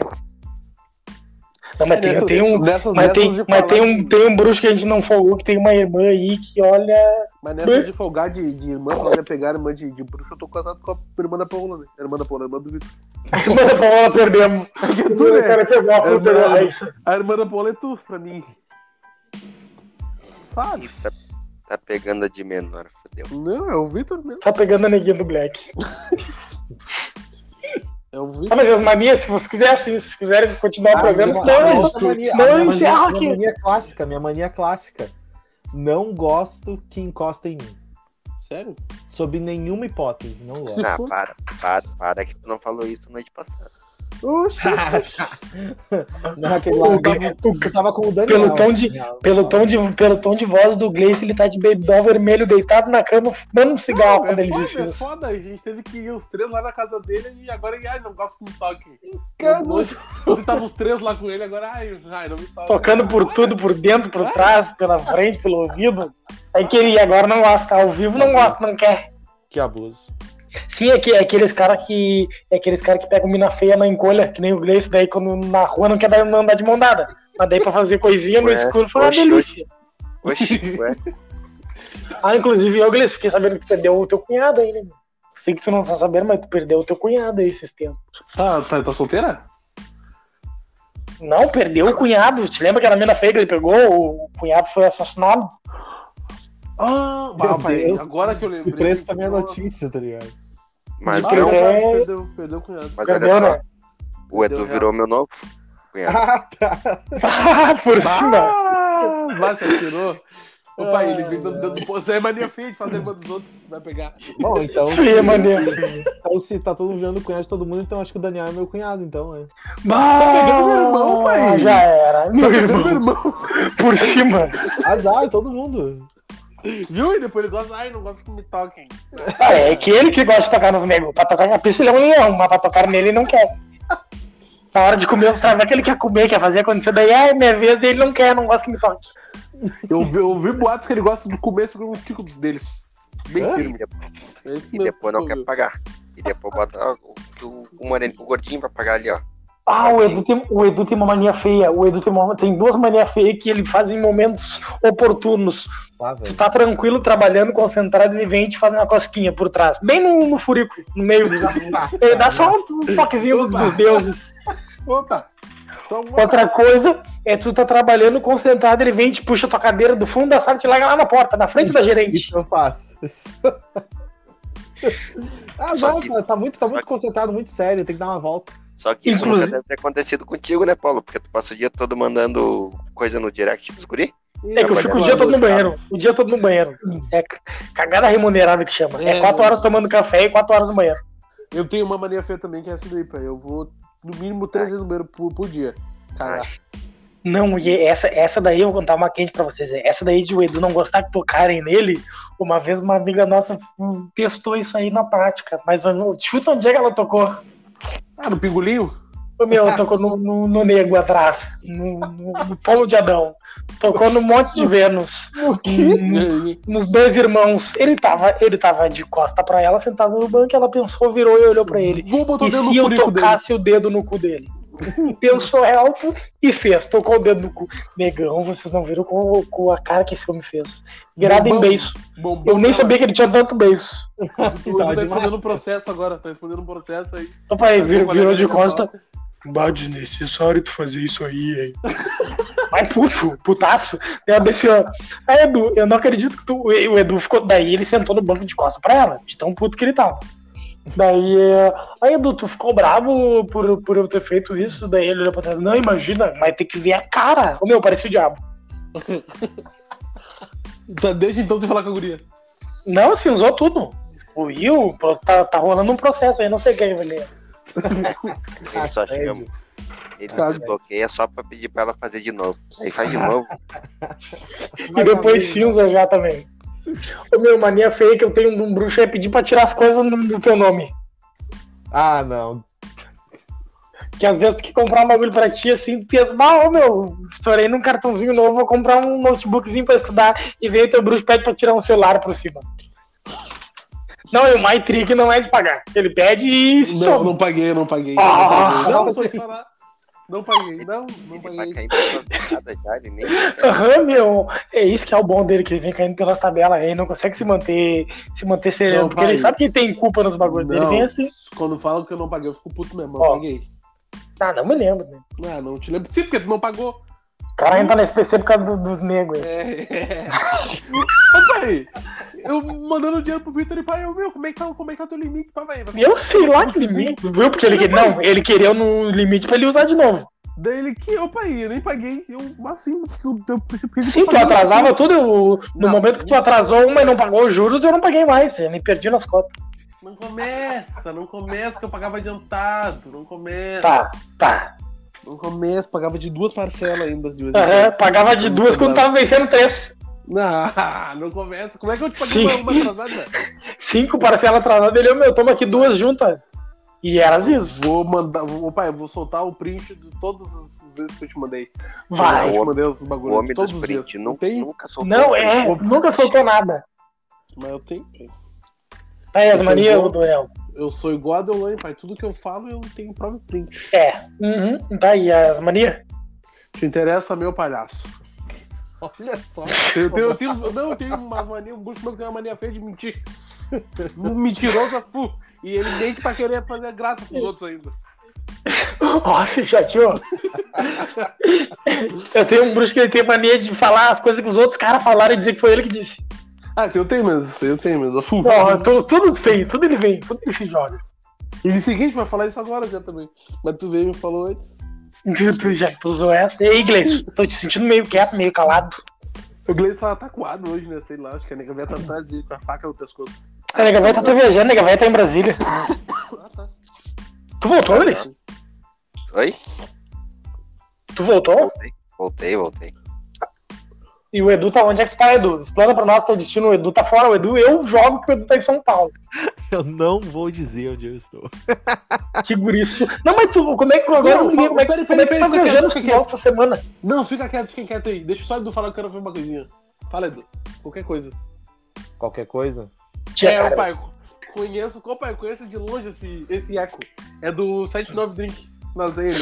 Speaker 2: Não, mas tem,
Speaker 3: Nessas-
Speaker 2: tem um.
Speaker 3: nessas-
Speaker 2: Mas,
Speaker 3: nessas
Speaker 2: tem,
Speaker 3: de
Speaker 2: mas
Speaker 3: falar
Speaker 2: tem, um,
Speaker 3: de-
Speaker 2: tem um bruxo que a gente não folgou, que tem uma irmã aí que olha.
Speaker 3: Mas nessas de folgar de, de irmã, pra ela pegar irmã de, de bruxo, eu tô casado com a irmã da Paola, né? A irmã da Paola, a irmã do Vitor.
Speaker 2: A irmã da Paola perdemos.
Speaker 3: tu, né?
Speaker 2: O cara pegou a fruta
Speaker 3: É,
Speaker 2: dela.
Speaker 3: mano.
Speaker 2: é isso.
Speaker 3: A irmã da Paola é tu, pra mim. Sabe?
Speaker 2: é
Speaker 1: Tá pegando a de menor, fodeu.
Speaker 3: Não, é o Vitor mesmo.
Speaker 2: Tá pegando a neguinha do Black.
Speaker 3: É o
Speaker 2: Ah,
Speaker 3: Vitor.
Speaker 2: mas as manias, se vocês quisessem, se quiserem continuar
Speaker 3: Ah,
Speaker 2: o programa,
Speaker 4: minha-
Speaker 2: senão
Speaker 4: a
Speaker 2: eu-
Speaker 4: nossa mania-
Speaker 2: senão
Speaker 4: a
Speaker 2: eu
Speaker 4: minha mania-
Speaker 2: encerro aqui.
Speaker 4: Minha mania clássica, minha mania clássica. Não gosto que encosta em mim.
Speaker 3: Sério?
Speaker 4: Sob nenhuma hipótese, não gosto.
Speaker 1: Ah, para, para, para que tu não falou isso noite passada.
Speaker 3: Oxi.
Speaker 4: Não, é aquele lá,
Speaker 2: o,
Speaker 4: eu tava, eu tava com o Daniel.
Speaker 2: Pelo tom de-
Speaker 4: Daniel.
Speaker 2: pelo, tom de, pelo tom de voz do Gleice, ele tá de bebidó vermelho, deitado na cama, fumando um cigarro
Speaker 3: Não,
Speaker 2: quando
Speaker 3: é
Speaker 2: ele
Speaker 3: foda,
Speaker 2: disse
Speaker 3: é
Speaker 2: isso.
Speaker 3: foda, a gente teve que ir os três lá na casa dele e agora, ai, não gosto que me toque.
Speaker 4: Caso-
Speaker 3: Hoje, hoje tava os três lá com ele, agora, ai, ai não me toque.
Speaker 2: Tocando por tudo, por dentro, por trás, pela frente, pelo ouvido. Aí queria, agora não gosta. Ao vivo não gosta, não quer.
Speaker 4: Que abuso.
Speaker 2: Sim, é, que, é aqueles caras que. É aqueles cara que pegam mina feia na encolha, que nem o Gleice, daí quando na rua não quer dar- não andar de mão dada. Mas daí pra fazer coisinha no
Speaker 1: Ué,
Speaker 2: escuro foi um uma
Speaker 1: oxe,
Speaker 2: delícia.
Speaker 1: Oxi, ué,
Speaker 2: Ah, inclusive, eu, Gleice, fiquei sabendo que tu perdeu o teu cunhado aí, né? meu? Sei que tu não tá sabendo, mas tu perdeu o teu cunhado aí esses tempos.
Speaker 3: Tá, tá, tá solteira?
Speaker 2: Não, perdeu o cunhado. Te lembra que era a mina feia que ele pegou? O cunhado foi assassinado.
Speaker 3: Ah,
Speaker 4: Meu
Speaker 3: bah, pai,
Speaker 4: Deus.
Speaker 3: agora que eu
Speaker 4: E
Speaker 3: lembrei.
Speaker 4: preto também é
Speaker 3: Nossa.
Speaker 4: notícia, tá ligado?
Speaker 1: mas
Speaker 2: De
Speaker 3: Ah,
Speaker 1: não,
Speaker 2: preto.
Speaker 3: verdade, perdeu, perdeu é. o cunhado.
Speaker 1: mas olha
Speaker 2: Perdeu,
Speaker 1: só,
Speaker 2: né?
Speaker 1: o Edu
Speaker 3: Deu já.
Speaker 1: virou meu novo cunhado.
Speaker 4: Ah, tá.
Speaker 2: Por cima. né?
Speaker 3: Ah, vai, se atirou. Ô, Opa, ele vem dando. dando- Pô, Isso aí é mania feia de fazer irmã dos outros. Vai pegar.
Speaker 4: Bom, então.
Speaker 2: Isso aí é maneiro.
Speaker 4: Então, se tá todo mundo vendo cunhado de todo mundo, então acho que o Daniel é meu cunhado, então, é.
Speaker 2: Bah,
Speaker 3: pegando meu irmão, pai.
Speaker 2: Já era. Meu
Speaker 3: Meu
Speaker 2: irmão.
Speaker 3: Tá irmão.
Speaker 2: Por cima.
Speaker 4: Azar, todo mundo.
Speaker 3: Viu? E depois ele gosta. Ai, não gosto que me toquem.
Speaker 2: Ah, é que ele que gosta de tocar nos negros. Pra tocar na pista ele é um leão, mas pra tocar nele ele não quer. Na hora de comer os travas que ele quer comer, quer fazer acontecer, daí é minha vez, daí ele não quer, não gosta que me toque.
Speaker 3: Eu vi, eu vi boatos que ele gosta de comer segundo o tico dele. Bem
Speaker 4: Hã?
Speaker 1: E,
Speaker 3: firme.
Speaker 1: de-
Speaker 3: É isso
Speaker 1: e
Speaker 3: mesmo
Speaker 1: depois não
Speaker 3: que
Speaker 1: quer
Speaker 3: eu vi.
Speaker 1: pagar. E depois bota o, o, o, moreno- o gordinho pra pagar ali, ó.
Speaker 2: Ah, o Edu tem, o Edu tem uma mania feia. O Edu tem, uma- tem duas manias feias que ele faz em momentos oportunos.
Speaker 4: Lá,
Speaker 2: Tu
Speaker 4: velho.
Speaker 2: tá tranquilo, trabalhando, concentrado, ele vem e te faz uma cosquinha por trás. Bem no, no furico, no meio do. Ele dá só um toquezinho
Speaker 3: Opa.
Speaker 2: dos deuses.
Speaker 3: Opa! Então,
Speaker 2: Outra coisa é tu tá trabalhando concentrado, ele vem e te puxa tua cadeira do fundo da sala e te larga lá na porta, na frente da gerente.
Speaker 4: Isso eu faço. ah,
Speaker 1: Só
Speaker 4: não,
Speaker 1: que-
Speaker 4: tá, tá muito, tá
Speaker 1: só
Speaker 4: muito
Speaker 1: que-
Speaker 4: concentrado, muito sério, tem que dar uma volta.
Speaker 1: Só que isso
Speaker 2: Inclusive-
Speaker 1: nunca deve ter acontecido contigo, né, Paulo? Porque tu passa o dia todo mandando coisa no direct dos guri.
Speaker 2: É que eu fico o dia todo no banheiro. O dia todo no banheiro. É cagada remunerada que chama. É
Speaker 3: É,
Speaker 2: quatro
Speaker 3: não.
Speaker 2: horas tomando café e quatro horas no banheiro.
Speaker 3: tá? Eu tenho uma mania feia também que é essa daí, pai. Eu vou no mínimo três vezes no banheiro por, por dia. Cara,
Speaker 1: Acho.
Speaker 2: Não, e essa, essa daí eu vou contar uma quente pra vocês. é, Essa daí de o Edu não gostar que tocarem nele. Uma vez uma amiga nossa hum, testou isso aí na prática. Mas eu- chuta onde é que ela tocou.
Speaker 3: ah, no pingolinho?
Speaker 2: Ô, Meu, tocou no, no, no nego atrás, no, no, no pomo de Adão. Tocou no monte de Vênus. Hum,
Speaker 3: Uhum.
Speaker 2: Nos dois irmãos. Ele tava, ele tava de costa pra ela, sentado no banco, ela pensou, virou e olhou pra ele.
Speaker 3: Vou botar o
Speaker 2: E
Speaker 3: dedo
Speaker 2: se
Speaker 3: no
Speaker 2: eu
Speaker 3: furico dele.
Speaker 2: tocasse o dedo no cu dele? Pensou alto e fez. Tocou o dedo no cu. Negão, vocês não viram com, com a cara que esse homem fez. Virado em
Speaker 3: Bombão.
Speaker 2: beijo.
Speaker 3: Bom,
Speaker 2: Eu nem sabia que ele tinha tanto beijo.
Speaker 3: que tu, tu
Speaker 4: Tá
Speaker 3: tá
Speaker 4: demais.
Speaker 3: respondendo um processo agora. Tá respondendo um processo aí.
Speaker 2: Opa, aí,
Speaker 3: Tá Mas eu
Speaker 2: virou,
Speaker 3: falei
Speaker 2: virou
Speaker 3: pra
Speaker 2: de
Speaker 3: ele
Speaker 2: costa.
Speaker 3: não.
Speaker 2: Bah, desnecessário tu fazer isso aí, hein? Mas puto, putaço. É, Ela desceu. Ah, Edu, eu não acredito que tu. O Edu ficou. Daí ele sentou no banco de costas pra ela, de tão puto que ele tava. Daí. eh, Ah, Edu, tu ficou bravo por, por eu ter feito isso? Daí ele olhou pra trás. Não, imagina, mas tem que ver a cara. Ô meu, parecia o diabo.
Speaker 3: Tá, deixa então você falar com a guria.
Speaker 2: Não, cinzou tudo. Excluiu, pro- tá, tá rolando um processo aí, não sei quem vai ler.
Speaker 1: Ele só chama. Ele não desbloqueia só pra pedir pra ela fazer de novo. Aí faz de novo.
Speaker 2: E depois cinza já também. Ô meu, mania feia que eu tenho de um bruxo é pedir pra tirar as coisas no- do teu nome.
Speaker 4: Ah, não.
Speaker 2: Que às vezes tu quer comprar um bagulho pra ti assim, tu pensa, bah, ô meu, estourei num cartãozinho novo, vou comprar um notebookzinho pra estudar e vem o teu bruxo e pede pra tirar um celular por cima. Não, e o MyTrick não é de pagar. Ele pede e se
Speaker 3: Não,
Speaker 2: some.
Speaker 3: não paguei, não paguei.
Speaker 2: Ah!
Speaker 3: não, paguei. não, só te falar. Não paguei, não, não
Speaker 1: Ele vai
Speaker 3: paguei.
Speaker 1: cair pra nada já, ele nem.
Speaker 2: Aham, meu. É isso que é o bom dele, que ele vem caindo pelas tabelas aí, não consegue se manter, se manter sereno,
Speaker 3: Não,
Speaker 2: porque ele
Speaker 3: pai.
Speaker 2: sabe que ele tem culpa nos bagulhos dele.
Speaker 3: Não.
Speaker 2: Ele vem assim.
Speaker 3: Quando falam que eu não paguei, eu fico puto mesmo. Eu
Speaker 2: Ó.
Speaker 3: paguei.
Speaker 2: Ah, não me lembro, né?
Speaker 3: Ah, não te lembro. Sim, porque tu não pagou.
Speaker 2: O cara entra na SPC por causa do- dos negros. aí.
Speaker 3: É. Ô, pai, eu mandando dinheiro pro Vitor e pai, eu, meu, como é que tá, como é que tá teu limite? Pai, vai, vai.
Speaker 2: Eu sei lá que limite, viu? Porque ele queria. Não, ele queria no limite pra ele usar de novo.
Speaker 3: Daí ele que, ô, pai, eu nem paguei. Eu, assim, eu, eu, eu, assim,
Speaker 2: Sim, tu atrasava tudo. eu- no
Speaker 3: Não.
Speaker 2: momento que tu atrasou uma e não pagou os juros, eu não paguei mais. Eu me perdi nas cotas.
Speaker 3: Não começa, não começa, que eu pagava adiantado. Não começa.
Speaker 2: Tá, tá.
Speaker 3: Não começa, pagava de duas parcelas ainda. De vez em
Speaker 2: Aham,
Speaker 3: quando.
Speaker 2: pagava de duas quando tava vencendo três.
Speaker 3: Não, não começa. Como é que eu te
Speaker 2: Sim.
Speaker 3: paguei uma, uma atrasada?
Speaker 2: Cinco parcelas atrasadas. Ele, ô meu, toma aqui duas juntas. E era assim, isso.
Speaker 3: Vou mandar. Vou, pai, eu vou soltar o print de todas as vezes que eu te mandei.
Speaker 2: Vai.
Speaker 3: Eu te mandei os
Speaker 1: O
Speaker 3: bagulhos
Speaker 1: homem
Speaker 3: todos
Speaker 1: dos
Speaker 3: os dias.
Speaker 1: print
Speaker 3: Não
Speaker 1: nu-
Speaker 3: tem,
Speaker 1: nunca soltou.
Speaker 2: Não,
Speaker 1: um
Speaker 2: é,
Speaker 1: print.
Speaker 2: nunca soltou nada.
Speaker 3: mas eu tenho. pai.
Speaker 2: Tá aí as
Speaker 3: Entendi.
Speaker 2: manias, Duel.
Speaker 3: Eu sou igual a Delane, pai. Tudo que eu falo eu tenho prova e print.
Speaker 2: É. Uhum, tá aí as manias.
Speaker 3: Te interessa, meu palhaço.
Speaker 4: Olha só.
Speaker 3: Eu tenho, eu tenho, não, eu tenho uma mania, um bruxo meu que tem uma mania feia de mentir. Um mentiroso é fu. E ele mente pra querer fazer graça pros outros ainda.
Speaker 2: Nossa, chateou. eu tenho um bruxo que ele tem mania de falar as coisas que os outros caras falaram e dizer que foi ele que disse.
Speaker 3: Ah, isso eu tenho mesmo, isso eu tenho mesmo. Fu.
Speaker 2: Porra, tu- tudo tem, tudo ele vem, tudo ele se joga.
Speaker 3: E de seguinte, vai falar isso agora já também. Mas tu veio e me falou antes.
Speaker 2: Tu, tu já tu usou essa? Ei, Gleice, tô te sentindo meio quieto, meio calado.
Speaker 3: O Gleice tá atacuado hoje, né? Sei lá, acho que a nega véia tá atrás dele com a faca no pescoço.
Speaker 2: A nega vai tá até viajando, a nega vai tá em Brasília.
Speaker 3: Ah, tá.
Speaker 2: Tu voltou, Gleice?
Speaker 1: Oi?
Speaker 2: Tu voltou?
Speaker 1: Voltei, voltei. voltei.
Speaker 2: E o Edu tá onde é que tu tá, Edu? Explana pra nós teu destino, o Edu tá fora, o Edu, eu jogo que o Edu tá em São Paulo.
Speaker 4: Eu não vou dizer onde eu estou.
Speaker 2: Que guriço. Não, mas tu, como é que agora
Speaker 3: Não,
Speaker 2: eu não,
Speaker 3: fala-
Speaker 2: como é que,
Speaker 3: peraí,
Speaker 2: como é que tu
Speaker 3: peraí,
Speaker 2: tá
Speaker 3: peraí,
Speaker 2: viajando no
Speaker 3: fica
Speaker 2: futebol
Speaker 3: quieto.
Speaker 2: essa semana?
Speaker 3: Não, fica quieto, fica quieto aí. Deixa só o Edu falar que eu quero ver uma coisinha. Fala, Edu. Qualquer coisa.
Speaker 4: Qualquer coisa.
Speaker 2: Tia,
Speaker 3: é,
Speaker 2: cara,
Speaker 3: ô, pai, conheço, ô, pai, conheço de longe esse, esse eco. É do 79 Drink. Nas ele.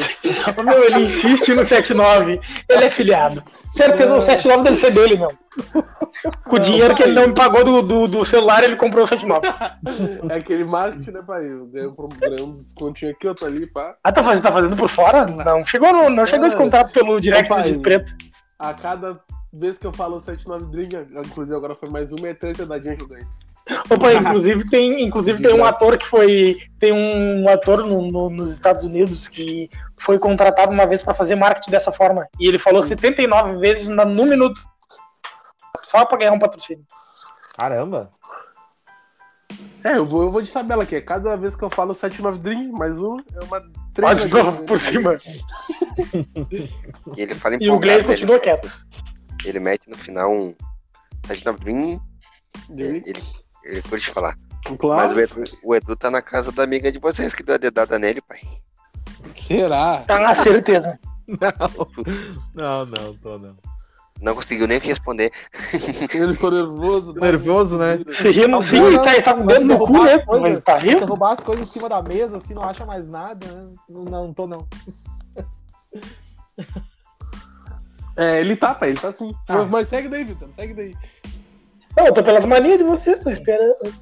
Speaker 2: Meu, ele insiste no 79. Ele é filiado. Certeza, o 79 deve ser dele, meu. Com o dinheiro que ele não me pagou do, do, do celular, ele comprou o 79.
Speaker 3: É aquele marketing, né, pai? Eu ganhei um, ganhei um descontinho aqui, outro ali, pá.
Speaker 2: Ah, tá fazendo, tá fazendo por fora? Ah, é Não chegou, no, não chegou esse contato pelo direct
Speaker 3: Rapaz.
Speaker 2: de preto.
Speaker 3: A cada vez que eu falo 79 Drink, inclusive agora foi mais uma, é treta da gente que eu ganhei.
Speaker 2: Opa, inclusive tem, inclusive tem um
Speaker 3: Desgraça.
Speaker 2: ator que foi. Tem um ator no- no- nos Estados Unidos que foi contratado uma vez pra fazer marketing dessa forma. E ele falou 79 vezes na, no minuto. Só pra ganhar um patrocínio.
Speaker 4: Caramba.
Speaker 3: É, eu vou, eu vou de tabela aqui. Cada vez que eu falo 79 Drink, mais um, é uma né? treta.
Speaker 2: Pode
Speaker 3: que eu
Speaker 2: novo
Speaker 3: ganhei.
Speaker 2: por cima.
Speaker 1: E ele fala
Speaker 2: E o
Speaker 1: empolgado,
Speaker 2: Gleice
Speaker 1: ele-
Speaker 2: continua quieto.
Speaker 1: Ele mete no final um. Tá de novo, hum,
Speaker 3: Dei.
Speaker 1: Ele, ele, ele curte falar. Mas o
Speaker 3: Claro.
Speaker 1: Edu, o Edu tá na casa da amiga de vocês que deu a dedada nele, pai.
Speaker 3: Será?
Speaker 2: Ah, certeza.
Speaker 4: Não, não, tô não.
Speaker 1: Não conseguiu nem o que responder.
Speaker 3: Ele ficou nervoso. tá?
Speaker 4: Nervoso, né?
Speaker 2: Se rindo sim,
Speaker 4: Não, não,
Speaker 2: tá, tá com o dedo no cu, né? Mas tá
Speaker 4: Se eu
Speaker 2: rindo?
Speaker 4: roubar as coisas em cima da mesa, assim, não acha mais nada. né? Não, não tô não.
Speaker 3: É, ele tá, pai, ele tá sim.
Speaker 2: Ah.
Speaker 4: Tá.
Speaker 3: Mas, mas segue daí, Vitor, segue daí.
Speaker 2: Não, eu tô pelas manias de vocês, tô esperando.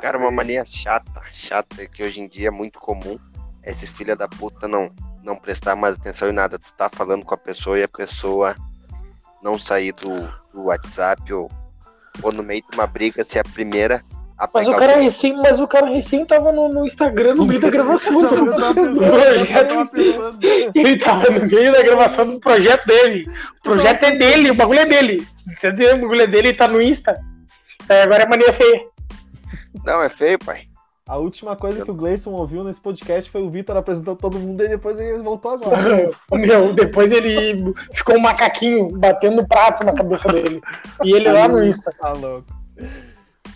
Speaker 1: Cara, uma mania chata, chata, que hoje em dia é muito comum. é Esses filha da puta não, não prestar mais atenção em nada. Tu tá falando com a pessoa e a pessoa não sair do, do WhatsApp ou, ou no meio de uma briga ser a primeira a
Speaker 2: Mas o
Speaker 1: pegar
Speaker 2: cara é recém, mas o cara recém tava no, no Instagram no meio da gravação. tá?
Speaker 3: Eu tava- eu tava pensando, eu tava pensando.
Speaker 2: Ele tava no meio da gravação do projeto dele. O projeto é dele, o bagulho é dele. Entendeu? O bagulho é dele e tá no Insta. É, agora é mania feia.
Speaker 1: Não, é feio, pai.
Speaker 4: A última coisa que o Gleison ouviu nesse podcast foi o Vitor apresentando todo mundo e depois ele voltou agora.
Speaker 2: O Meu, depois ele ficou um macaquinho batendo um prato na cabeça dele. E ele lá no Insta.
Speaker 4: Tá louco.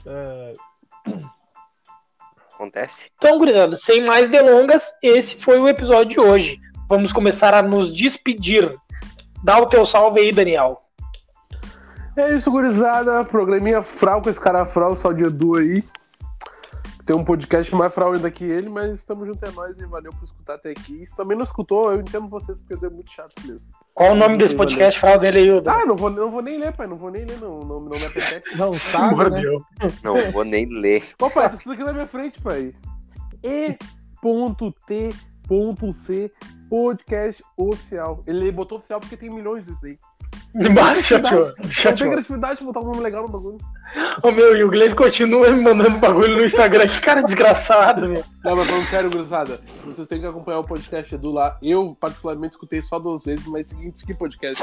Speaker 4: É,
Speaker 1: Acontece.
Speaker 2: Então, gurizada, sem mais delongas, esse foi o episódio de hoje. Vamos começar a nos despedir. Dá o teu salve aí, Daniel.
Speaker 3: É isso, gurizada. Programinha Frau com esse cara Frau, só de Edu aí. Tem um podcast mais Frau ainda que ele, mas estamos junto é nós e valeu por escutar até aqui. E se também não escutou, eu entendo vocês porque é muito chato mesmo.
Speaker 2: Qual o nome desse podcast? Fala dele aí, Uda.
Speaker 3: Ah, não vou, não vou nem ler, pai, não vou nem ler, não, não, não me apetece.
Speaker 4: Não sabe, né?
Speaker 1: Não
Speaker 2: É.
Speaker 1: vou nem ler.
Speaker 3: Ô, pai, tá tudo aqui na minha frente, pai. E.T.C. Podcast oficial. Ele botou oficial porque tem milhões disso aí.
Speaker 2: Demais, tio.
Speaker 3: Não
Speaker 2: Deixa
Speaker 3: tem
Speaker 2: tio.
Speaker 3: criatividade de botar um nome legal no bagulho.
Speaker 2: Ô meu, e o Gleice continua me mandando bagulho no Instagram. Que cara desgraçado, meu.
Speaker 3: Não, mas falando sério, gurizada, vocês têm que acompanhar o podcast Edu lá. Eu, particularmente, escutei só duas vezes, mas seguinte, que podcast?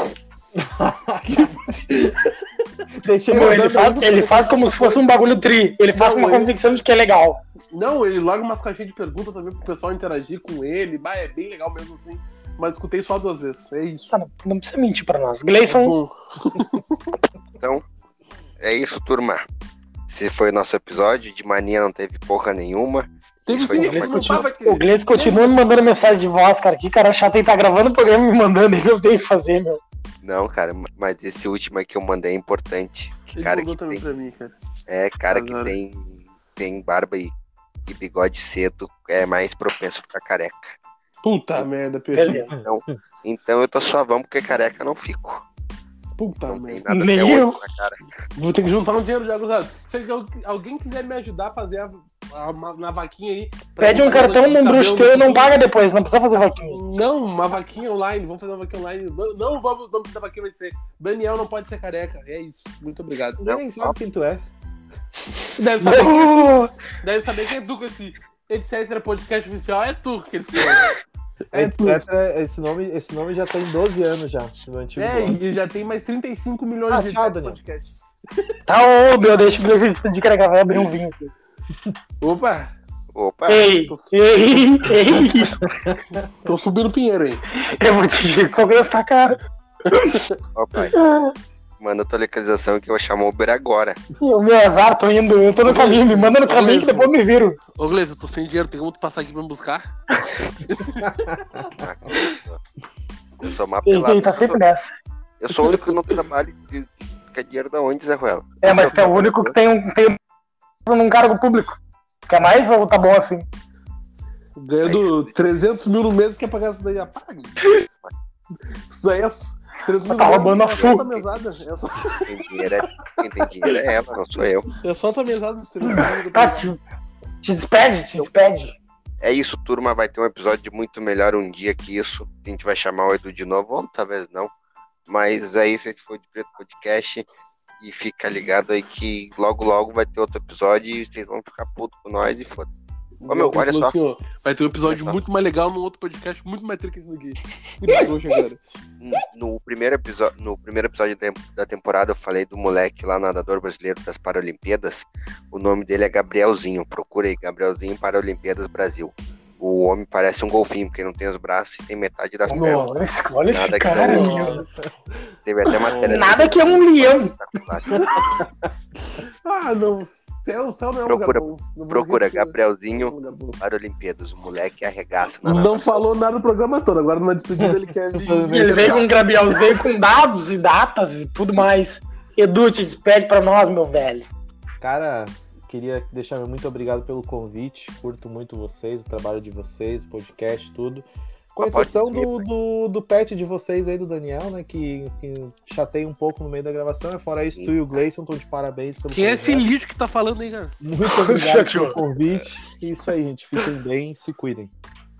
Speaker 4: Deixei
Speaker 2: Meu, ele,
Speaker 4: rodando
Speaker 2: faz,
Speaker 4: aí.
Speaker 2: ele faz como se fosse um bagulho tri. Ele faz com uma
Speaker 3: Não, ele-
Speaker 2: convicção de que é legal.
Speaker 3: Não, ele larga umas caixinhas de perguntas também pro pessoal interagir com ele. Bah, é bem legal mesmo assim. Mas escutei só duas vezes. É isso.
Speaker 2: Tá, não, não precisa mentir pra nós. Gleison,
Speaker 3: Bom,
Speaker 1: É isso, turma. Esse foi o nosso episódio. De mania não teve porra nenhuma.
Speaker 3: teve
Speaker 1: Isso
Speaker 3: sim,
Speaker 1: aí,
Speaker 2: o
Speaker 1: não
Speaker 2: Gleice
Speaker 3: mas não
Speaker 2: continua,
Speaker 3: tava
Speaker 2: o
Speaker 3: aqui.
Speaker 2: Gleice continua me mandando mensagem de voz, cara. Que cara chato, ele tá gravando o programa e me mandando. Ele não tem o que fazer, meu.
Speaker 1: Não, cara, mas esse último aí que eu mandei é importante. Que
Speaker 3: Ele
Speaker 1: cara
Speaker 3: mandou
Speaker 1: que
Speaker 3: também
Speaker 1: tem,
Speaker 3: pra mim, cara.
Speaker 1: é, cara que
Speaker 3: Agora.
Speaker 1: tem, tem barba e, e bigode cedo é mais propenso a ficar careca.
Speaker 3: Puta merda, perdi.
Speaker 2: Beleza.
Speaker 1: Então eu tô suavão porque careca eu não fico.
Speaker 3: Puta
Speaker 1: Não tem
Speaker 3: merda.
Speaker 1: nada
Speaker 2: Nem
Speaker 1: até hoje
Speaker 2: eu.
Speaker 1: na cara.
Speaker 3: Vou ter que juntar um dinheiro já, gurizada. Se al- alguém quiser me ajudar a fazer a, a- uma- na vaquinha aí. pra
Speaker 2: Pede
Speaker 3: eu
Speaker 2: um
Speaker 3: fazer
Speaker 2: cartão
Speaker 3: lance de
Speaker 2: num bruxo
Speaker 3: cabelo
Speaker 2: teu e
Speaker 3: no
Speaker 2: não
Speaker 3: futuro.
Speaker 2: paga depois. Não precisa fazer vaquinha.
Speaker 3: Não, uma vaquinha online, vamos fazer uma vaquinha online. Não, não vamos, o nome da vaquinha vai ser Daniel não pode ser careca. É isso, muito obrigado.
Speaker 4: Ninguém nem sabe quem tu é.
Speaker 3: Deve saber,
Speaker 2: Não.
Speaker 3: deve saber que é tu com esse etc. podcast oficial, é tu que eles falam. É
Speaker 4: etc.
Speaker 3: tudo.
Speaker 4: Esse nome, esse nome já tem 12 anos já, no antigo
Speaker 3: É,
Speaker 4: blog.
Speaker 3: e já tem mais 35 milhões
Speaker 4: Ah,
Speaker 3: de
Speaker 4: tchau, Daniel.
Speaker 3: podcast.
Speaker 2: Tá, ô, meu, deixa eu decidir que vai abrir um vinho. aqui.
Speaker 3: Opa,
Speaker 1: Opa,
Speaker 2: Ei, ei, ei,
Speaker 3: tô subindo o pinheiro aí.
Speaker 2: eu vou te dizer que só gastar cara.
Speaker 1: opa. Manda a tua localização que eu vou chamar o Uber agora.
Speaker 2: é O meu azar, tô indo, eu tô no caminho, me manda no caminho que depois me viro.
Speaker 3: Ô, Gleice, eu tô sem dinheiro, tem como tu passar aqui pra me buscar?
Speaker 1: tá? Eu sou uma
Speaker 2: Ele,
Speaker 1: pelada.
Speaker 2: tá sempre nessa.
Speaker 1: Eu sou o único que não trabalha de de- que é dinheiro da onde, Zé Ruela.
Speaker 2: É, mas tu é o único que tem um, tem um num cargo público. Quer mais ou tá bom assim?
Speaker 3: Ganhando 300 mil no mês, quer pagar isso daí? Ah, para, Gleice. Isso daí é... s- 300 mil
Speaker 2: Tá roubando
Speaker 3: é
Speaker 2: a
Speaker 3: só
Speaker 2: Fu.
Speaker 3: tua mesada. É só,
Speaker 1: Quem tem dinheiro é- quem tem dinheiro é ela, não sou eu.
Speaker 3: é só tua mesada dos 300 mil. que eu tô
Speaker 2: Tá, te,
Speaker 3: pagando.
Speaker 2: te despede, te despede.
Speaker 1: É isso, turma. Vai ter um episódio muito melhor um dia que isso. A gente vai chamar o Edu de novo, ou talvez não. Mas é isso, esse foi o De Preto Podcast. E fica ligado aí que logo, logo vai ter outro episódio e vocês vão ficar putos com nós e foda Ô, meu,
Speaker 3: Ele
Speaker 1: olha
Speaker 3: falou
Speaker 1: só.
Speaker 3: assim, ó, vai ter um episódio
Speaker 1: Olha só.
Speaker 3: muito mais legal num outro podcast, muito mais trick isso daqui. Que trouxa, cara.
Speaker 1: No primeiro episódio, no primeiro episódio da- da temporada, eu falei do moleque lá nadador brasileiro das Paralimpíadas. O nome dele é Gabrielzinho. Procura aí, Gabrielzinho Paralimpíadas Brasil. O homem parece um golfinho, porque não tem os braços e tem metade das pernas.
Speaker 2: Nossa, olha esse
Speaker 1: Nada que
Speaker 2: cara,
Speaker 1: não-
Speaker 2: meu.
Speaker 1: Teve até matéria.
Speaker 2: Nada que é um leão.
Speaker 3: Ah, não. Céu, céu não é um
Speaker 1: Procura-
Speaker 3: lugar bom. No Brasil,
Speaker 1: Procura,
Speaker 3: isso é um
Speaker 1: Gabrielzinho
Speaker 3: lugar bom.
Speaker 1: Paralimpíadas. O moleque arregaça na
Speaker 3: Não
Speaker 1: natação.
Speaker 3: falou nada no programa todo, agora na despedida ele quer vir.
Speaker 2: Ele veio com um grabialzinho com dados e datas e tudo mais. Edu, te despede pra nós, meu velho.
Speaker 4: Cara, queria deixar meu muito obrigado pelo convite. Curto muito vocês, o trabalho de vocês, o podcast, tudo. Com
Speaker 1: Mas pode
Speaker 4: exceção
Speaker 1: ser,
Speaker 4: do, do, do pet de vocês aí, do Daniel, né? Que, que chateia um pouco no meio da gravação. E Fora isso, tu e o Gleison estão de parabéns pelo
Speaker 3: Quem é esse
Speaker 4: projeto.
Speaker 3: lixo que tá falando aí, cara?
Speaker 4: Muito obrigado
Speaker 2: Chateou.
Speaker 4: pelo convite. E isso aí, gente. Fiquem bem, se cuidem.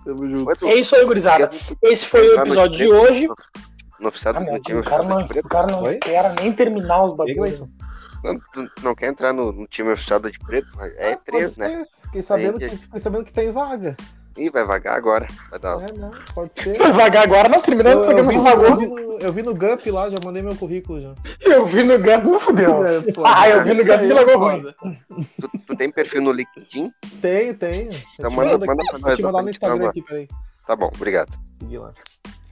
Speaker 3: Tamo junto.
Speaker 1: Mas,
Speaker 2: É isso aí, gurizada. Esse foi
Speaker 1: Tá
Speaker 2: o episódio de hoje.
Speaker 1: No tá oficial
Speaker 2: Ah,
Speaker 1: do
Speaker 2: meu,
Speaker 1: meu time
Speaker 2: o cara não,
Speaker 1: oficial do
Speaker 2: o
Speaker 1: Preto.
Speaker 2: cara não
Speaker 4: Oi?
Speaker 2: espera nem terminar os
Speaker 4: E aí,
Speaker 2: bagulhos.
Speaker 4: Gleison?
Speaker 1: Não, tu não quer entrar no, no time oficial do de preto? É
Speaker 4: Ah,
Speaker 1: três,
Speaker 4: pode
Speaker 1: né?
Speaker 4: ser. Fiquei sabendo,
Speaker 1: Aí,
Speaker 4: que, fiquei sabendo que tem vaga.
Speaker 1: Ih, vai vagar agora. Vai dar
Speaker 4: É, não, pode ser.
Speaker 2: Vagar agora, Tá não terminando
Speaker 4: Eu,
Speaker 2: o
Speaker 4: eu,
Speaker 2: programa de
Speaker 4: vi, eu,
Speaker 2: vagou.
Speaker 4: vi no, eu vi no Gump lá, já mandei meu currículo já.
Speaker 2: Eu vi no gato, não fudeu.
Speaker 3: É, foda.
Speaker 2: Ah, eu vi no gato, me largou ruim.
Speaker 1: Tu, tu tem perfil no LinkedIn?
Speaker 4: Tenho, tenho.
Speaker 1: Então manda, manda pra
Speaker 4: Vou
Speaker 1: nós.
Speaker 4: te
Speaker 1: pra gente
Speaker 4: mandar no
Speaker 1: dar
Speaker 4: Instagram
Speaker 1: uma-
Speaker 4: aqui, peraí.
Speaker 1: Tá bom, obrigado.
Speaker 4: Seguir lá.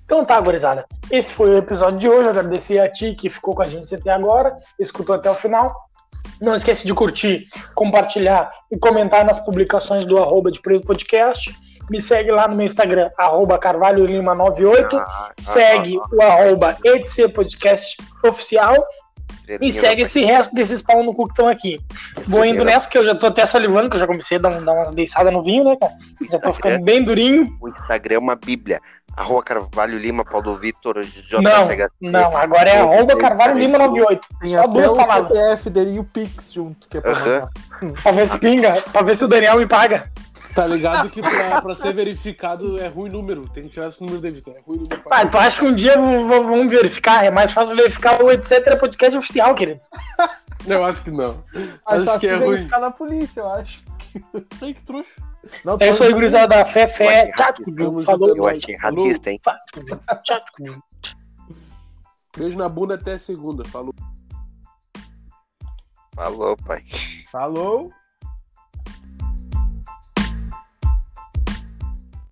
Speaker 2: Então tá, gurizada. Esse foi o episódio de hoje. Agradecer a ti que ficou com a gente até agora, escutou até o final. Não esquece de curtir, compartilhar e comentar nas publicações do arroba de Preso Podcast. Me segue lá no meu Instagram, arroba Carvalho Lima 98.
Speaker 1: Ah, ah,
Speaker 2: Segue
Speaker 1: ah,
Speaker 2: o arroba ETC Podcast Oficial
Speaker 1: ah, estrelinha
Speaker 2: e segue
Speaker 1: da-
Speaker 2: esse resto desses pau no cu que estão aqui. Vou indo
Speaker 1: estrelinha
Speaker 2: nessa, que eu já tô até salivando, que eu já comecei a dar, um- dar umas beiçadas no vinho, né, cara? Já tô ficando bem durinho.
Speaker 1: O Instagram é uma bíblia. Arroba Carvalho Lima, Paulo Vitor, J.
Speaker 2: Não, não, agora é arroba Carvalho Lima 98.
Speaker 4: Tem
Speaker 2: Só
Speaker 4: até
Speaker 2: duas
Speaker 4: o
Speaker 2: palavras.
Speaker 4: CPF dele e o Pix junto, que é pra
Speaker 1: Aham.
Speaker 4: mandar.
Speaker 2: Pra ver se pinga, pra ver se o Daniel me paga.
Speaker 3: Tá ligado que pra, pra ser verificado é ruim número. Tem que tirar esse número da Vitor. É ruim número. pra-
Speaker 2: Ah, tu acha que um dia v- v- vamos verificar? É mais fácil verificar o etc. podcast oficial, querido.
Speaker 3: Não, eu acho que não.
Speaker 4: Mas
Speaker 3: Acho
Speaker 4: só
Speaker 3: que
Speaker 4: se
Speaker 3: é ruim.
Speaker 4: verificar na polícia, eu acho.
Speaker 3: Ai, que trouxa.
Speaker 4: Não,
Speaker 2: É
Speaker 4: tô-
Speaker 2: isso aí, gurizada. Fé, fé.
Speaker 1: Vai,
Speaker 2: Tchau,
Speaker 3: tamo
Speaker 2: É falou.
Speaker 1: Eu achei racista, hein?
Speaker 2: Tchau, tchau.
Speaker 3: Beijo na bunda até segunda. Falou.
Speaker 1: Falou, pai.
Speaker 4: Falou.